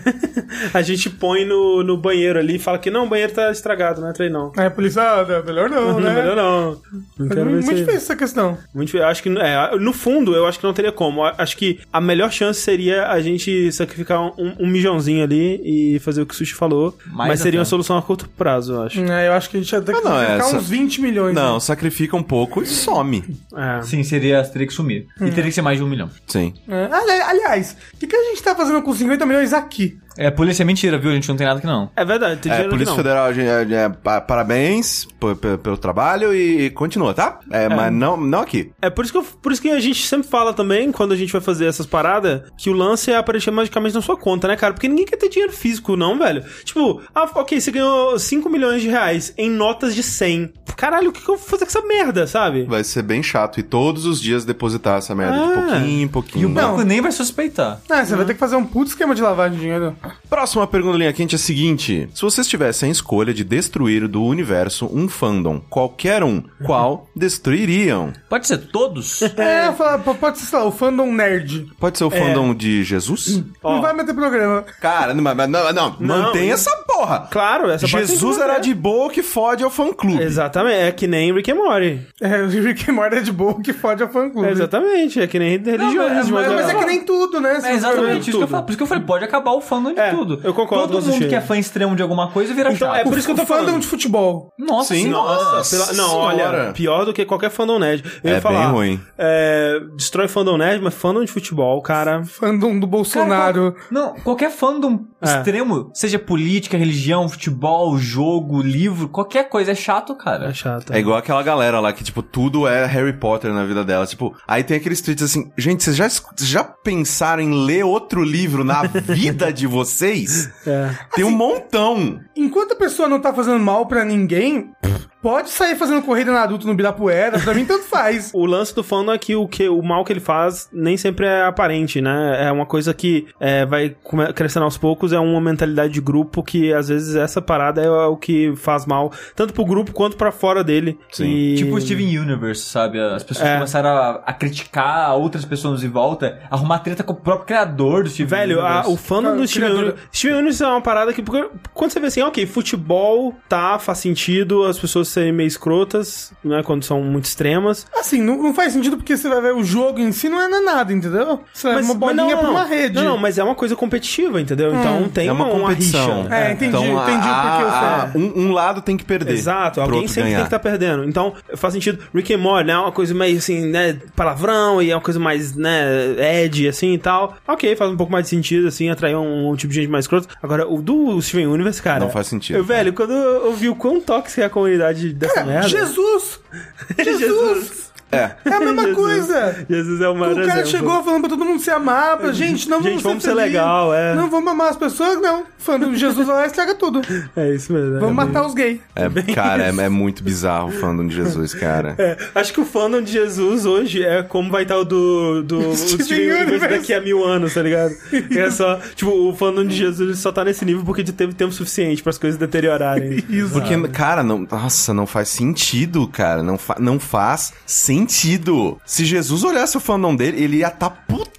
Speaker 2: a gente põe no, no banheiro ali e fala que não, o banheiro tá estragado, não entra aí não.
Speaker 3: Aí a polícia, ah, não, melhor não,
Speaker 2: Não,
Speaker 3: né?
Speaker 2: Uhum, melhor não. Não
Speaker 3: Mas
Speaker 2: quero ver
Speaker 3: muito
Speaker 2: isso aí.
Speaker 3: difícil essa questão.
Speaker 2: Muito difícil. Acho que, é, no fundo, eu acho que não teria como. A- Acho que a melhor chance seria a gente sacrificar um, um mijãozinho ali e fazer o que o Sushi falou.
Speaker 4: Mais
Speaker 2: mas seria
Speaker 4: até.
Speaker 2: uma solução a curto prazo, eu acho.
Speaker 3: É, eu acho que a gente ia ter que
Speaker 1: Ah, não, é,
Speaker 3: ficar
Speaker 1: só-
Speaker 3: uns 20 milhões.
Speaker 1: Não,
Speaker 3: né?
Speaker 1: sacrifica um pouco e some.
Speaker 3: Hum.
Speaker 2: É.
Speaker 4: Sim, seria, teria que sumir. E teria que ser mais de um milhão.
Speaker 1: Sim.
Speaker 3: É. Ali- Aliás, o que, que a gente tá fazendo com 50 milhões aqui?
Speaker 4: É, polícia é mentira, viu? A gente não tem nada que não.
Speaker 2: É verdade, tem
Speaker 1: É,
Speaker 2: dinheiro
Speaker 1: Polícia
Speaker 2: não.
Speaker 1: Federal, gente, é, é, pa- parabéns p- p- pelo trabalho e, e continua, tá? É, Mas não, não aqui.
Speaker 2: É por isso, que eu- por isso que a gente sempre fala também, quando a gente vai fazer essas paradas, que o lance é aparecer magicamente na sua conta, né, cara? Porque ninguém quer ter dinheiro físico, não, velho. Tipo, ah, ok, você ganhou 5 milhões de reais em notas de 100. Caralho, o que, que eu vou fazer com essa merda, sabe?
Speaker 1: Vai ser bem chato. E todos os dias depositar essa merda de
Speaker 2: Ah.
Speaker 1: pouquinho em
Speaker 4: E o
Speaker 1: pouquinho.
Speaker 4: banco nem vai suspeitar.
Speaker 3: Ah, você vai ter que fazer um puto esquema de lavagem de dinheiro.
Speaker 1: Próxima pergunta linha quente é a seguinte: se vocês tivessem a escolha de destruir do universo um fandom, qualquer um,
Speaker 2: Uhum.
Speaker 1: qual destruiriam?
Speaker 4: Pode ser todos?
Speaker 3: É, eu falo, p- pode ser, sei lá, o fandom nerd.
Speaker 1: Pode
Speaker 2: É.
Speaker 1: ser o fandom de Jesus?
Speaker 2: Ó.
Speaker 3: Não vai meter programa.
Speaker 1: Cara, não, mas não, não, mantém
Speaker 2: Hum. e-
Speaker 1: essa porra.
Speaker 2: Claro, essa parte tem
Speaker 1: Jesus
Speaker 2: que
Speaker 1: era
Speaker 2: manter.
Speaker 1: de boa que fode ao fã clube.
Speaker 2: Exatamente, é que nem Rick and Morty.
Speaker 3: É, o Rick and Morty é de boa que fode a
Speaker 1: Uhum.
Speaker 3: fã-clube.
Speaker 2: É, exatamente, é que nem religiões.
Speaker 4: mas-
Speaker 2: mas-
Speaker 3: Mas é que nem tudo, né?
Speaker 4: É exatamente isso que eu
Speaker 2: Tudo.
Speaker 4: falo. Por isso que eu falei, pode acabar o fandom de
Speaker 2: É,
Speaker 4: tudo.
Speaker 2: eu concordo com
Speaker 4: Todo
Speaker 2: você,
Speaker 4: mundo
Speaker 2: Sheila.
Speaker 4: que é fã extremo de alguma coisa vira
Speaker 2: Então,
Speaker 4: chato.
Speaker 2: é por isso que eu tô
Speaker 3: o fandom
Speaker 2: falando.
Speaker 3: de futebol.
Speaker 4: Nossa
Speaker 1: Sim,
Speaker 4: senhora.
Speaker 1: nossa.
Speaker 2: Pela- não,
Speaker 1: Senhora.
Speaker 2: olha, pior do que qualquer fandom nerd. Eu
Speaker 1: É
Speaker 2: ia falar,
Speaker 1: bem ruim.
Speaker 2: é, destrói fandom nerd, mas fandom de futebol, cara.
Speaker 3: Fandom do
Speaker 4: Cara,
Speaker 3: Bolsonaro.
Speaker 4: qual- não, qualquer fandom
Speaker 2: É.
Speaker 4: extremo, seja política, religião, futebol, jogo, livro, qualquer coisa, é chato, cara.
Speaker 2: É chato.
Speaker 1: É igual aquela galera lá que, tipo, tudo é Harry Potter na vida dela. Tipo, aí tem aqueles tweets assim, gente, vocês já, es- já pensaram em ler outro livro na vida de vocês?
Speaker 2: É.
Speaker 1: Tem um montão.
Speaker 3: Enquanto a pessoa não tá fazendo mal pra ninguém, pff, pode sair fazendo corrida na adulto no Birapuera, pra mim tanto faz.
Speaker 2: O lance do fandom é que o, que o mal que ele faz nem sempre é aparente, né? É uma coisa que é, vai come- crescendo aos poucos, é uma mentalidade de grupo que às vezes essa parada é o que faz mal, tanto pro grupo quanto pra fora dele.
Speaker 1: Sim.
Speaker 2: E-
Speaker 4: Tipo o Steven Universe, sabe? As pessoas
Speaker 2: É.
Speaker 4: começaram a, a criticar outras pessoas em volta, arrumar treta com o próprio criador do Steven
Speaker 2: Velho, a-
Speaker 4: Universe.
Speaker 2: o fandom
Speaker 3: Cara,
Speaker 2: do Steven
Speaker 3: criador-
Speaker 2: Universe. Steven Universe é uma parada que. Porque, quando você vê assim, ok, futebol tá, faz sentido, as pessoas serem meio escrotas, né? Quando são muito extremas.
Speaker 3: Assim, não, não faz sentido porque você vai ver o jogo em si não é nada, entendeu? Isso é uma bolinha
Speaker 2: não, não,
Speaker 3: pra uma
Speaker 2: não.
Speaker 3: rede.
Speaker 2: Não, não, mas é uma coisa competitiva, entendeu? Então tem
Speaker 1: é uma competição.
Speaker 2: rixa. né?
Speaker 3: É, entendi,
Speaker 1: então,
Speaker 3: entendi o porquê eu
Speaker 1: a-
Speaker 3: falei.
Speaker 1: um, um lado tem que perder.
Speaker 2: Exato,
Speaker 1: pro
Speaker 2: alguém
Speaker 1: outro
Speaker 2: sempre tem que
Speaker 1: ganhar.
Speaker 2: estar perdendo. Então, faz sentido. Rick and Morty, né? É uma coisa meio assim, né? Palavrão e é uma coisa mais, né? Ed, assim e tal. Ok, faz um pouco mais de sentido, assim, atrair um, um tipo de gente mais escroto. Agora, o do Steven Universe, cara.
Speaker 1: Não faz sentido.
Speaker 2: Eu, velho, quando eu vi o quão tóxica é a comunidade dessa merda.
Speaker 3: Jesus! Jesus!
Speaker 1: É.
Speaker 3: É a mesma
Speaker 2: Jesus.
Speaker 3: coisa!
Speaker 2: Jesus é o maior
Speaker 3: O cara
Speaker 2: exemplo.
Speaker 3: chegou falando pra todo mundo se amar, pra gente, não vamos
Speaker 2: Gente,
Speaker 3: ser
Speaker 2: vamos ser
Speaker 3: feliz.
Speaker 2: legal, é.
Speaker 3: Não vamos amar as pessoas, não. Falando do Jesus lá, estraga tudo.
Speaker 2: É isso mesmo. né?
Speaker 3: Vamos matar os gays.
Speaker 1: É, cara, é, é muito bizarro o fandom de Jesus, cara.
Speaker 2: É, acho que o fandom de Jesus hoje é como vai estar o do, do
Speaker 3: Steven
Speaker 2: Steven, Universe
Speaker 3: Universe.
Speaker 2: daqui a mil anos, tá ligado? É só, tipo, o fandom de Jesus ele só tá nesse nível porque ele teve tempo suficiente para as coisas deteriorarem.
Speaker 3: Isso.
Speaker 1: Porque, cara, não, nossa, não faz sentido, cara. Não, fa- não faz sentido. Se Jesus olhasse o fandom dele, ele ia estar putaço.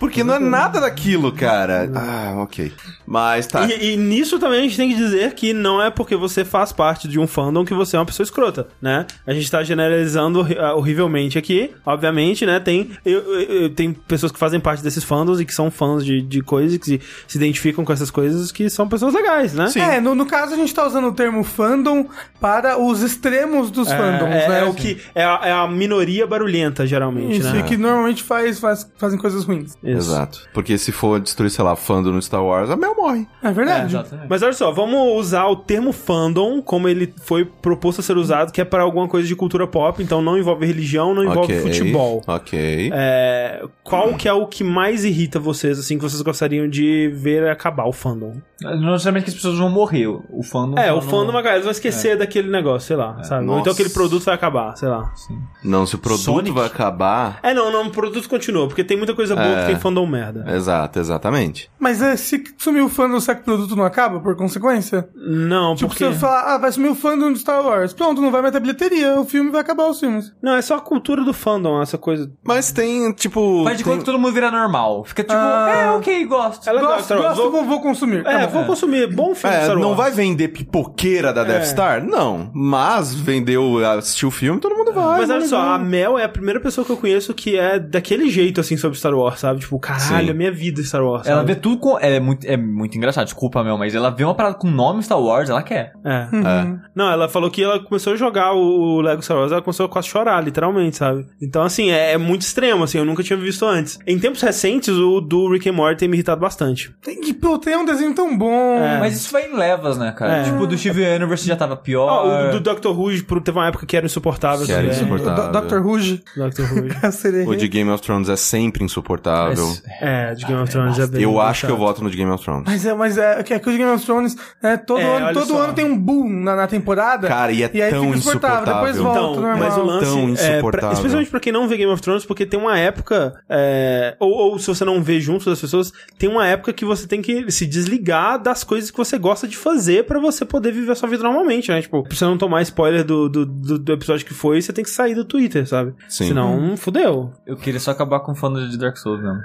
Speaker 1: Porque não é nada daquilo, cara. Ah, ok. Mas tá.
Speaker 2: E, é e nisso também a gente tem que dizer que não é porque você faz parte de um fandom que você é uma pessoa escrota, né? A gente tá generalizando horri- ah, horrivelmente aqui. Obviamente, né? Tem, eu, eu- eu- tem pessoas que fazem parte desses fandoms e que são fãs de, de coisas e que se, se identificam com essas coisas que são pessoas legais, né?
Speaker 3: É, no, no caso a gente tá usando o termo fandom para os extremos dos fandoms,
Speaker 2: é,
Speaker 3: né?
Speaker 2: é
Speaker 1: assim.
Speaker 2: o que é a, é a minoria barulhenta geralmente,
Speaker 3: Isso,
Speaker 2: né?
Speaker 3: e que normalmente faz, faz- fazem coisas ruins.
Speaker 2: Isso.
Speaker 1: Exato. Porque se for destruir, sei lá, fandom no Star Wars, a Mel morre.
Speaker 3: É
Speaker 4: É,
Speaker 3: verdade.
Speaker 4: exatamente.
Speaker 2: Mas olha só, vamos usar o termo fandom como ele foi proposto a ser usado, que é para alguma coisa de cultura pop, então não envolve religião, não envolve
Speaker 1: ok. Hum.
Speaker 2: futebol.
Speaker 1: Ok.
Speaker 2: É, qual que é o que mais irrita vocês, assim, que vocês gostariam de ver acabar o fandom?
Speaker 4: Não necessariamente que as pessoas vão morrer. O fandom.
Speaker 2: É, o
Speaker 4: só
Speaker 2: fandom,
Speaker 4: não-
Speaker 2: cara, eles vão esquecer
Speaker 3: é.
Speaker 2: daquele negócio, sei lá, sabe?
Speaker 1: É,
Speaker 2: Ou
Speaker 1: Nossa.
Speaker 2: então aquele produto vai acabar, sei lá.
Speaker 4: Sim.
Speaker 1: Não, se o produto
Speaker 4: Sonic?
Speaker 1: vai acabar.
Speaker 2: É, não, não, o produto continua, porque tem muita coisa boa
Speaker 1: É.
Speaker 2: que tem fandom merda.
Speaker 1: Exato, exatamente.
Speaker 3: Mas é, se sumir o fandom, será que o produto não acaba, por consequência?
Speaker 2: Não,
Speaker 3: Tipo,
Speaker 2: porque...
Speaker 3: se você falar, ah, vai sumir o fandom de Star Wars. Pronto, não vai mais ter bilheteria, o filme vai acabar os filmes.
Speaker 2: Não, é só a cultura do fandom, essa coisa
Speaker 1: Mas tem, tipo.
Speaker 4: Faz de
Speaker 1: tem-
Speaker 4: conta que todo mundo vira normal. Fica tipo,
Speaker 3: Ah.
Speaker 4: é, ok, gosto.
Speaker 2: Ela
Speaker 3: Gosto,
Speaker 2: gosta,
Speaker 3: gosto,
Speaker 2: vou-
Speaker 3: vou, vou consumir.
Speaker 2: É,
Speaker 3: Acabou.
Speaker 2: vou consumir. Bom filme,
Speaker 1: É,
Speaker 2: Star
Speaker 1: não
Speaker 2: Wars.
Speaker 1: vai vender pipoqueira da Death Star? Não. Mas vendeu, assistiu o filme, todo mundo vai.
Speaker 2: Mas olha
Speaker 1: né?
Speaker 2: só, a Mel é a primeira pessoa que eu conheço que é daquele jeito, assim, sobre Star Wars, sabe? Tipo, caralho,
Speaker 1: Sim.
Speaker 2: a minha vida é Star Wars.
Speaker 4: Ela
Speaker 2: sabe?
Speaker 4: vê tudo com. Ela é muito, é muito engraçado, desculpa, meu, mas ela vê uma parada com o nome Star Wars, ela quer.
Speaker 2: É.
Speaker 3: Uhum.
Speaker 1: É.
Speaker 2: Não, ela falou que ela começou a jogar o Lego Star Wars, ela começou a quase chorar, literalmente, sabe? Então, assim, é, é muito extremo, assim, eu nunca tinha visto antes. Em tempos recentes, o do Rick and Morty tem me irritado bastante.
Speaker 3: Tem que pô, tem um desenho tão bom.
Speaker 4: Mas isso vai em levas, né, cara?
Speaker 2: É.
Speaker 4: Tipo, do Steve Universe já tava pior.
Speaker 2: Ah, o do Doctor Who pro- teve uma época que era É insuportável
Speaker 1: é. Que era
Speaker 2: também.
Speaker 1: insuportável.
Speaker 3: Do- Dr. Ruge,
Speaker 2: Doctor Who.
Speaker 3: a sereia.
Speaker 1: O de Game of Thrones é sempre insuportável.
Speaker 4: Mas-
Speaker 2: É, de Game of Thrones já
Speaker 1: Ah, Eu acho que eu voto no de Game of Thrones.
Speaker 3: Mas é, mas é, que é que o de Game of Thrones, né, todo,
Speaker 2: É,
Speaker 3: ano,
Speaker 2: olha
Speaker 3: todo
Speaker 2: só.
Speaker 3: ano tem um boom na, na temporada.
Speaker 1: Cara, e é
Speaker 3: aí
Speaker 1: tão
Speaker 3: fica insuportável. Depois
Speaker 1: insuportável.
Speaker 3: volta,
Speaker 2: Então,
Speaker 3: ao normal.
Speaker 2: mas o lance
Speaker 1: Tão
Speaker 2: é,
Speaker 1: insuportável.
Speaker 2: pra- especialmente pra quem não vê Game of Thrones, porque tem uma época, é, ou, ou se você não vê junto das pessoas, tem uma época que você tem que se desligar das coisas que você gosta de fazer pra você poder viver a sua vida normalmente, né? Tipo, pra você não tomar spoiler do, do, do- do episódio que foi, você tem que sair do Twitter, sabe?
Speaker 1: Então, Sim.
Speaker 2: Senão, fudeu.
Speaker 4: Eu queria só acabar com o fandom de Dark Souls mesmo.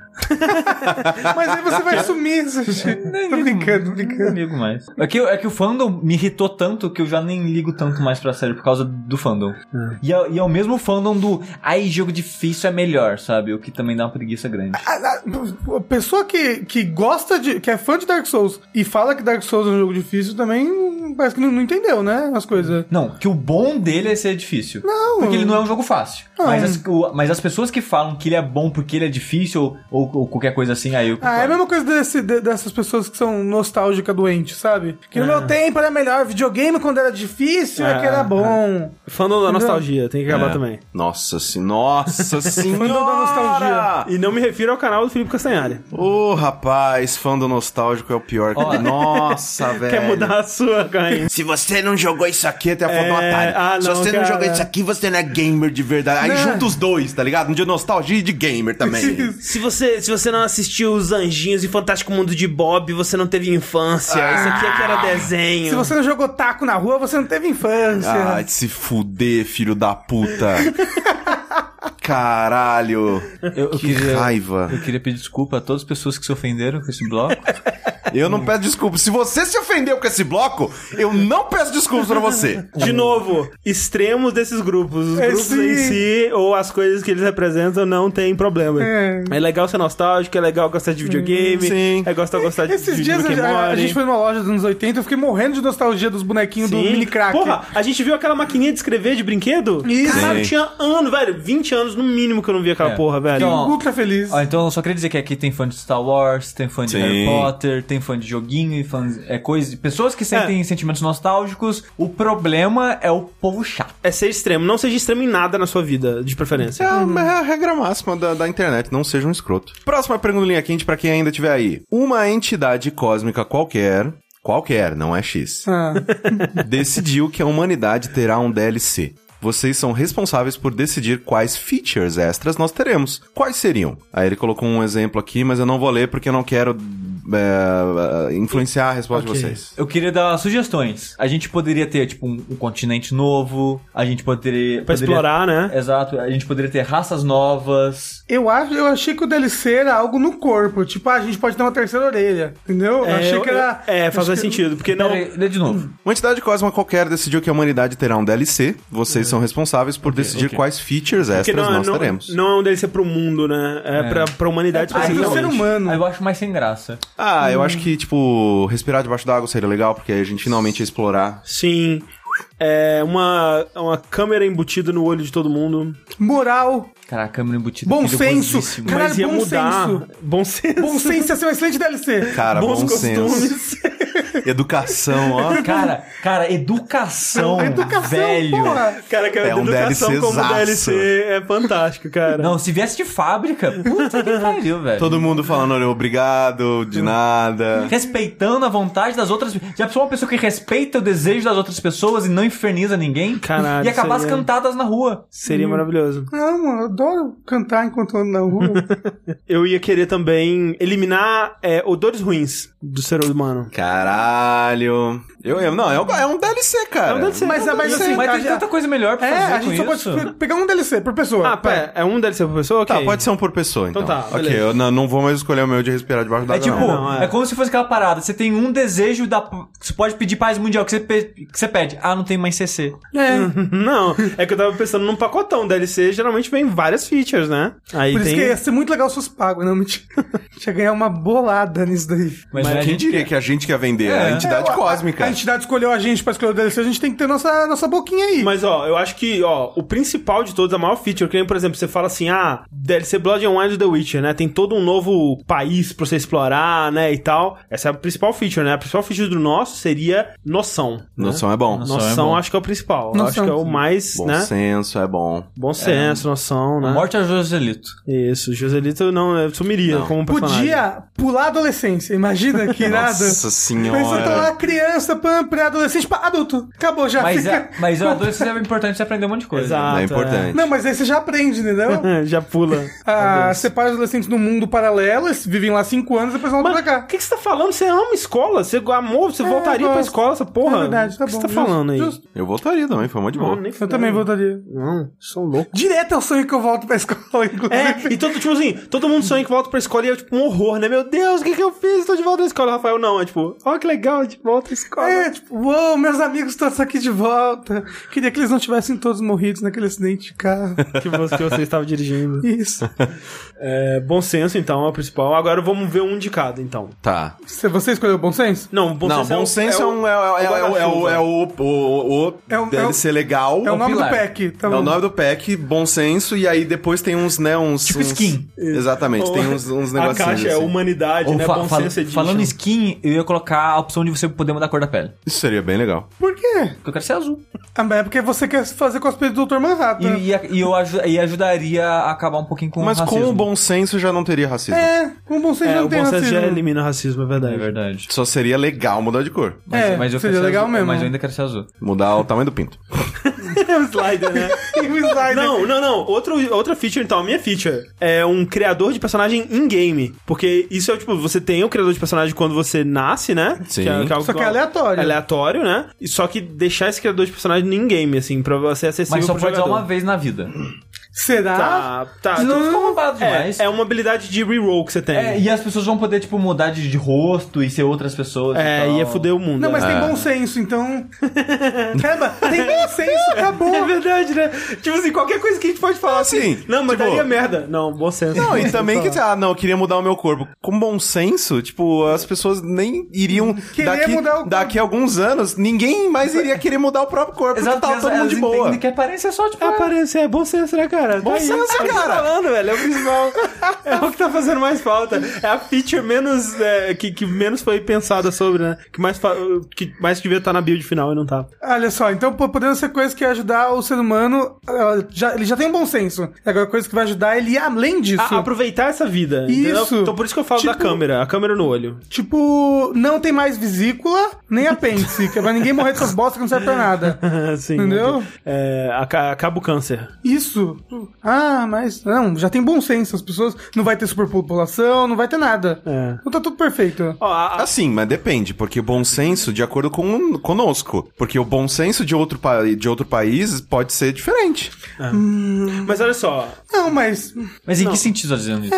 Speaker 3: Mas aí você vai sumir, Sushi. Tô brincando,
Speaker 4: Não
Speaker 3: brincando.
Speaker 4: ligo mais. É que, é que o fandom me irritou tanto que eu já nem ligo tanto mais pra série por causa do fandom. E, é, e é o mesmo fandom do ai, jogo difícil é melhor, sabe? O que também dá uma preguiça grande.
Speaker 3: A, a- a pessoa que, que gosta de. que é fã de Dark Souls e fala que Dark Souls é um jogo difícil também parece que não, não entendeu, né? As coisas.
Speaker 4: Não, que o bom dele é ser difícil. Não. Porque ele não é um jogo fácil.
Speaker 3: Não.
Speaker 4: Mas as, o- mas as pessoas que falam que ele é bom porque ele é difícil ou, ou- ou qualquer coisa assim, aí eu.
Speaker 3: Ah, é a mesma coisa desse- de- dessas pessoas que são nostálgica doente, sabe? Que no meu tempo era melhor, videogame quando era difícil é, que era bom.
Speaker 2: Fandom da nostalgia, tem que acabar
Speaker 1: É.
Speaker 2: também.
Speaker 1: Nossa, se... Nossa senhora! Ah.
Speaker 3: nostalgia.
Speaker 2: E não me refiro ao canal do Felipe Castanhari.
Speaker 1: Ô, rapaz, fã do nostálgico é o pior. que-
Speaker 4: Ó.
Speaker 1: Nossa, velho.
Speaker 2: Quer mudar a sua ganha.
Speaker 1: Se você não jogou isso aqui, até a foto
Speaker 2: É,
Speaker 1: do Atari.
Speaker 2: ah,
Speaker 1: Se
Speaker 2: não,
Speaker 1: você não
Speaker 2: cara.
Speaker 1: jogou isso aqui, você não é gamer de verdade. Aí
Speaker 3: Não.
Speaker 1: junta os dois, tá ligado? Um de nostalgia e de gamer também.
Speaker 2: Se você, se você não assistiu Os Anjinhos e Fantástico Mundo de Bob, você não teve infância. Isso aqui é que era desenho.
Speaker 3: Ah. Se você não jogou taco na rua, você não teve
Speaker 2: é
Speaker 3: infância.
Speaker 1: Ai, de se fuder, filho da puta. Caralho.
Speaker 4: Eu, eu
Speaker 1: Que
Speaker 4: queria,
Speaker 1: raiva.
Speaker 4: eu queria pedir desculpa a todas as pessoas que se ofenderam com esse bloco.
Speaker 1: Eu não peço desculpa. Se você se ofendeu com esse bloco, eu não peço desculpas pra você.
Speaker 2: De novo, extremos desses grupos. Os
Speaker 3: É,
Speaker 2: grupos
Speaker 3: sim.
Speaker 2: em si, ou as coisas que eles representam, não tem problema.
Speaker 3: É.
Speaker 2: É, legal ser nostálgico, é legal gostar de videogame,
Speaker 1: Sim.
Speaker 2: é gostar, gostar de,
Speaker 3: Esses
Speaker 2: de
Speaker 3: dias
Speaker 2: Rick and
Speaker 3: a, a- a
Speaker 2: Morty.
Speaker 3: gente foi numa loja dos anos 80, eu fiquei morrendo de nostalgia dos bonequinhos do
Speaker 2: Sim.
Speaker 3: mini crack.
Speaker 2: Porra, a gente viu aquela maquininha de escrever de brinquedo?
Speaker 3: Isso.
Speaker 2: Caralho,
Speaker 1: Sim.
Speaker 2: tinha anos, velho. 20 anos no mínimo que eu não vi aquela
Speaker 4: É.
Speaker 2: porra, velho.
Speaker 4: Então,
Speaker 3: O Guto tá feliz.
Speaker 4: Ó, então eu só queria dizer que aqui tem fã de Star Wars, tem fã de
Speaker 1: Sim.
Speaker 4: Harry Potter, tem fã de joguinho e fãs. É coisa. Pessoas que
Speaker 3: É.
Speaker 4: sentem sentimentos nostálgicos. O problema é o povo chato.
Speaker 2: É ser extremo. Não seja extremo em nada na sua vida, de preferência.
Speaker 1: É a, é a regra máxima da, da internet, não seja um escroto. Próxima pergunta linha quente pra quem ainda tiver aí. Uma entidade cósmica qualquer, qualquer, não é X,
Speaker 3: Ah.
Speaker 1: decidiu que a humanidade terá um DLC. Vocês são responsáveis por decidir quais features extras nós teremos. Quais seriam? Aí ele colocou um exemplo aqui, mas eu não vou ler porque eu não quero é, influenciar a resposta de vocês.
Speaker 4: Eu queria dar sugestões. A gente poderia ter, tipo, um, um continente novo. A gente poderia.
Speaker 2: Pra
Speaker 4: poderia-
Speaker 2: explorar, né?
Speaker 4: Exato. A gente poderia ter raças novas.
Speaker 3: Eu, acho, eu achei que o DLC era algo no corpo. Tipo, ah, a gente pode ter uma terceira orelha. Entendeu? eu
Speaker 2: É,
Speaker 3: achei que
Speaker 2: eu-
Speaker 3: era.
Speaker 2: É, faz
Speaker 3: acho que-
Speaker 2: sentido, porque não.
Speaker 4: Pera aí, lê de novo.
Speaker 1: Uma entidade cósmica qualquer decidiu que a humanidade terá um DLC. Vocês são responsáveis por decidir quais features
Speaker 2: Porque
Speaker 1: extras
Speaker 2: não,
Speaker 1: nós
Speaker 2: não,
Speaker 1: teremos.
Speaker 2: não é um DLC pro mundo, né? É, Pra, pra humanidade
Speaker 3: Ah,
Speaker 4: então,
Speaker 3: do ser
Speaker 2: especificamente.
Speaker 3: humano.
Speaker 4: Aí eu acho mais sem graça.
Speaker 1: Ah, eu acho que, tipo, respirar debaixo d'água seria legal, porque aí a gente finalmente ia explorar.
Speaker 2: Sim. É uma, uma câmera embutida no olho de todo mundo.
Speaker 3: Moral,
Speaker 4: Caraca, câmera embutida.
Speaker 3: bom
Speaker 4: filho,
Speaker 3: senso.
Speaker 4: coisíssimo.
Speaker 3: Caralho,
Speaker 2: mas ia
Speaker 3: bom
Speaker 2: mudar.
Speaker 3: senso.
Speaker 2: Bom senso.
Speaker 3: Bom senso ia ser um excelente DLC.
Speaker 1: Cara,
Speaker 2: Bons
Speaker 1: bom senso.
Speaker 2: costumes.
Speaker 1: Educação, ó.
Speaker 4: Cara, cara, educação,
Speaker 3: Educação,
Speaker 4: velho.
Speaker 3: porra.
Speaker 2: Cara, cara,
Speaker 1: É um
Speaker 2: educação como
Speaker 1: DLCzaço.
Speaker 2: DLC é fantástico, cara.
Speaker 4: Não, se viesse de fábrica, puta que pariu, velho.
Speaker 1: Todo mundo falando, olha, obrigado, de nada.
Speaker 4: Respeitando a vontade das outras Já precisa uma pessoa que respeita o desejo das outras pessoas e não inferniza ninguém.
Speaker 2: Caralho,
Speaker 4: E acabar as
Speaker 2: seria-
Speaker 4: cantadas na rua.
Speaker 2: Seria maravilhoso.
Speaker 3: Não, mano, eu adoro cantar enquanto ando na rua.
Speaker 2: Eu ia querer também eliminar é, odores ruins do ser humano.
Speaker 1: Caralho. Eu, eu não, é um, é um DLC, cara.
Speaker 2: É um DLC.
Speaker 3: mas, mas assim,
Speaker 4: Mas
Speaker 3: a
Speaker 4: tem
Speaker 3: gente-
Speaker 4: tanta coisa melhor pra
Speaker 3: É,
Speaker 4: fazer
Speaker 3: a gente só
Speaker 4: com
Speaker 3: pode
Speaker 4: isso.
Speaker 3: pe- pegar um DLC por pessoa.
Speaker 2: Ah, pera, é um DLC por pessoa? Ok.
Speaker 1: Tá, pode ser um por pessoa, então.
Speaker 2: Então tá,
Speaker 1: ok,
Speaker 2: beleza.
Speaker 1: eu não, não vou mais escolher o meu de respirar debaixo d'água,
Speaker 4: É tipo,
Speaker 1: não.
Speaker 2: não,
Speaker 4: é.
Speaker 2: é.
Speaker 4: como se fosse aquela parada. Você tem um desejo da. Você pode pedir paz mundial que você, pe- que você pede. Ah, não tem mais CC.
Speaker 3: É.
Speaker 2: Não, é que eu tava pensando num pacotão. DLC geralmente vem várias features, né? Aí
Speaker 3: Por
Speaker 2: tem...
Speaker 3: isso que ia ser muito legal se fosse pago, né? não mentira. Tinha ganhar uma bolada nisso daí.
Speaker 4: Mas, é
Speaker 1: Quem
Speaker 4: a gente-
Speaker 1: diria que a gente quer vender?
Speaker 4: É.
Speaker 1: a entidade
Speaker 3: É, a-
Speaker 1: cósmica.
Speaker 3: A, entidade escolheu a gente pra escolher o DLC, a gente tem que ter nossa, nossa boquinha aí.
Speaker 2: Mas, ó, eu acho que, ó, o principal de todos, a maior feature, que nem, por exemplo, você fala assim, ah, DLC Blood and Wine do The Witcher, né? Tem todo um novo país pra você explorar, né, e tal. Essa é a principal feature, né? A principal feature do nosso seria noção. né?
Speaker 1: Noção é bom.
Speaker 4: Noção.
Speaker 2: Noção,
Speaker 4: é bom.
Speaker 2: acho que é o principal.
Speaker 3: Noção.
Speaker 2: Acho que é o mais,
Speaker 1: Bom
Speaker 2: né?
Speaker 1: senso é bom.
Speaker 2: Bom senso, noção, né?
Speaker 4: Morte a Joselito.
Speaker 2: Isso, Joselito não eu sumiria
Speaker 1: Não.
Speaker 2: como personagem.
Speaker 3: Podia pular a adolescência, imagina que nada.
Speaker 1: Nossa
Speaker 3: Mas você tá
Speaker 1: senhora.
Speaker 3: lá, criança, pam, pré-adolescente, pá, adulto. Acabou, já
Speaker 4: Mas,
Speaker 3: fica...
Speaker 4: é, mas eu adoro isso é importante você aprender um monte de coisa.
Speaker 2: Exato.
Speaker 1: É importante.
Speaker 3: Não, mas aí você já aprende, entendeu?
Speaker 2: É, Já pula. Tá
Speaker 3: Ah, separa os adolescentes num mundo paralelo, eles vivem lá cinco anos e depois vão pra
Speaker 2: Mano, o
Speaker 3: cá. É,
Speaker 2: que, que você tá falando? Você ama escola? Você amou? Você voltaria pra
Speaker 3: gosto.
Speaker 2: escola, essa porra?
Speaker 3: É verdade, tá
Speaker 2: o que
Speaker 3: bom,
Speaker 2: você tá
Speaker 3: justo,
Speaker 2: falando aí?
Speaker 3: justo.
Speaker 1: Eu voltaria também, foi muito de boa.
Speaker 2: Não, nem
Speaker 3: Eu
Speaker 2: fudendo.
Speaker 1: Hum.
Speaker 3: também voltaria.
Speaker 2: Não, são loucos.
Speaker 3: Direto é o sonho que eu volto pra escola, inclusive.
Speaker 2: É, e todo, tipo assim, todo mundo sonha que volta pra escola e é tipo um horror, né? Meu Deus, o que que eu fiz? Tô de volta na escola. Rafael, não, é tipo, ó que legal, de volta à escola.
Speaker 3: É, tipo, uou, meus amigos estão aqui de volta. Queria que eles não tivessem todos morridos naquele acidente de carro.
Speaker 2: Que você, que você estava dirigindo.
Speaker 3: Isso.
Speaker 2: É, bom senso, então, é o principal. Agora vamos ver um de cada, então.
Speaker 1: Tá.
Speaker 3: Se você escolheu o bom senso?
Speaker 2: Não, bom
Speaker 1: não,
Speaker 2: senso é
Speaker 1: bom
Speaker 2: o-
Speaker 1: senso é
Speaker 2: é o-
Speaker 1: um. É o- é o- é o. É o. o- o-
Speaker 3: É um-
Speaker 1: Deve
Speaker 3: é um-
Speaker 1: ser legal.
Speaker 3: É o nome
Speaker 4: pilar.
Speaker 3: do pack. Então...
Speaker 1: É o nome do pack, bom senso, e aí depois tem uns, né, uns...
Speaker 4: Tipo
Speaker 1: uns-
Speaker 4: skin.
Speaker 1: Exatamente, tem uns, uns
Speaker 2: A
Speaker 1: negocinhos
Speaker 2: caixa é
Speaker 1: assim.
Speaker 2: humanidade,
Speaker 4: Ou
Speaker 2: né?
Speaker 4: fa-
Speaker 2: bom
Speaker 3: é
Speaker 4: fala-
Speaker 2: senso é edition.
Speaker 4: falando no skin, eu ia colocar a opção de você poder mudar a cor da pele.
Speaker 1: Isso seria bem legal.
Speaker 3: Por quê?
Speaker 4: Porque eu quero ser azul.
Speaker 3: Ah, mas é porque você quer fazer cosplay do Dr.
Speaker 4: E,
Speaker 3: Manhattan.
Speaker 4: e, a- e eu aju- e ajudaria a acabar um pouquinho com
Speaker 1: Mas
Speaker 4: o racismo.
Speaker 1: com o bom senso já não teria racismo.
Speaker 3: É, com bom senso
Speaker 2: É,
Speaker 3: não
Speaker 2: o
Speaker 3: tem
Speaker 2: bom senso
Speaker 3: racismo.
Speaker 2: já elimina o racismo, é verdade.
Speaker 4: É verdade.
Speaker 1: Só seria legal mudar de cor.
Speaker 4: Mas,
Speaker 3: É,
Speaker 4: mas eu
Speaker 3: seria
Speaker 4: quero ser
Speaker 3: legal
Speaker 4: azul,
Speaker 3: mesmo.
Speaker 4: Mas eu ainda quero ser azul.
Speaker 1: Mudar o tamanho do pinto.
Speaker 2: É o slider, né?
Speaker 3: E o slider.
Speaker 2: Não, não, não. Outro, outra feature, então, a minha feature é um criador de personagem in-game. Porque isso é tipo, você tem o criador de personagem quando você nasce, né?
Speaker 1: Sim.
Speaker 2: é- algo
Speaker 3: Só que é aleatório.
Speaker 2: Aleatório, né? E só que deixar esse criador de personagem no in-game, assim, pra você acessível
Speaker 4: Mas só
Speaker 2: pro
Speaker 4: pode usar
Speaker 2: jogador.
Speaker 4: uma vez na vida.
Speaker 3: Será?
Speaker 2: Tá, tá.
Speaker 4: Senão
Speaker 2: Então,
Speaker 4: ficou roubado demais.
Speaker 2: é, é uma habilidade de reroll que você tem.
Speaker 4: É,
Speaker 2: É,
Speaker 4: e as pessoas vão poder, tipo, mudar de, de rosto e ser outras pessoas. É, e tal.
Speaker 2: ia É, fuder o mundo.
Speaker 3: Não, mas
Speaker 2: né?
Speaker 3: tem bom senso, então. Caramba, tem bom senso, acabou.
Speaker 2: É verdade, né? Tipo assim, qualquer coisa que a gente pode falar assim.
Speaker 1: Sim,
Speaker 2: Não, mas
Speaker 1: tipo-
Speaker 2: daria merda. Não, bom senso.
Speaker 1: Não, e também que, ah, não, eu queria mudar o meu corpo. Com bom senso, tipo, as pessoas nem iriam.
Speaker 3: Queria
Speaker 1: daqui,
Speaker 3: mudar o corpo.
Speaker 1: daqui a alguns anos, ninguém mais iria querer mudar o próprio corpo.
Speaker 4: Exato,
Speaker 1: Exato, tá
Speaker 4: elas-
Speaker 1: todo mundo
Speaker 4: elas
Speaker 1: de boa.
Speaker 4: entendem que aparência é só, tipo, é,
Speaker 2: Aparecer, é bom senso, né, cara? Bom
Speaker 1: senso, cara.
Speaker 2: falando, velho, é o principal. é o que tá fazendo mais falta. É a feature menos, é, que, que menos foi pensada sobre, né? Que mais, fa- que mais devia estar na build final e não tá.
Speaker 3: Olha só, então pô, podendo ser coisa que ia ajudar o ser humano, ela já- ele já tem um bom senso. Agora, coisa que vai ajudar ele além disso.
Speaker 2: A- aproveitar essa vida. entendeu?
Speaker 3: Isso.
Speaker 2: Então por isso que eu falo da
Speaker 3: Tipo-
Speaker 2: câmera, a câmera no olho.
Speaker 3: Tipo, não tem mais vesícula, nem apêndice, que vai ninguém morrer dessas bostas que não serve pra nada.
Speaker 2: Sim,
Speaker 3: Entendeu?
Speaker 2: É, aca- acaba o câncer.
Speaker 3: Isso. Ah, mas não, já tem bom senso. As pessoas não vai ter superpopulação, não vai ter nada.
Speaker 2: É.
Speaker 3: Então tá tudo perfeito.
Speaker 2: Ó, a- a-
Speaker 1: Assim, mas depende, porque bom senso de acordo com conosco. Porque o bom senso de outro, pa- de outro país pode ser diferente.
Speaker 2: mas olha só,
Speaker 3: Não, mas
Speaker 4: Mas em que sentido você tá dizendo isso?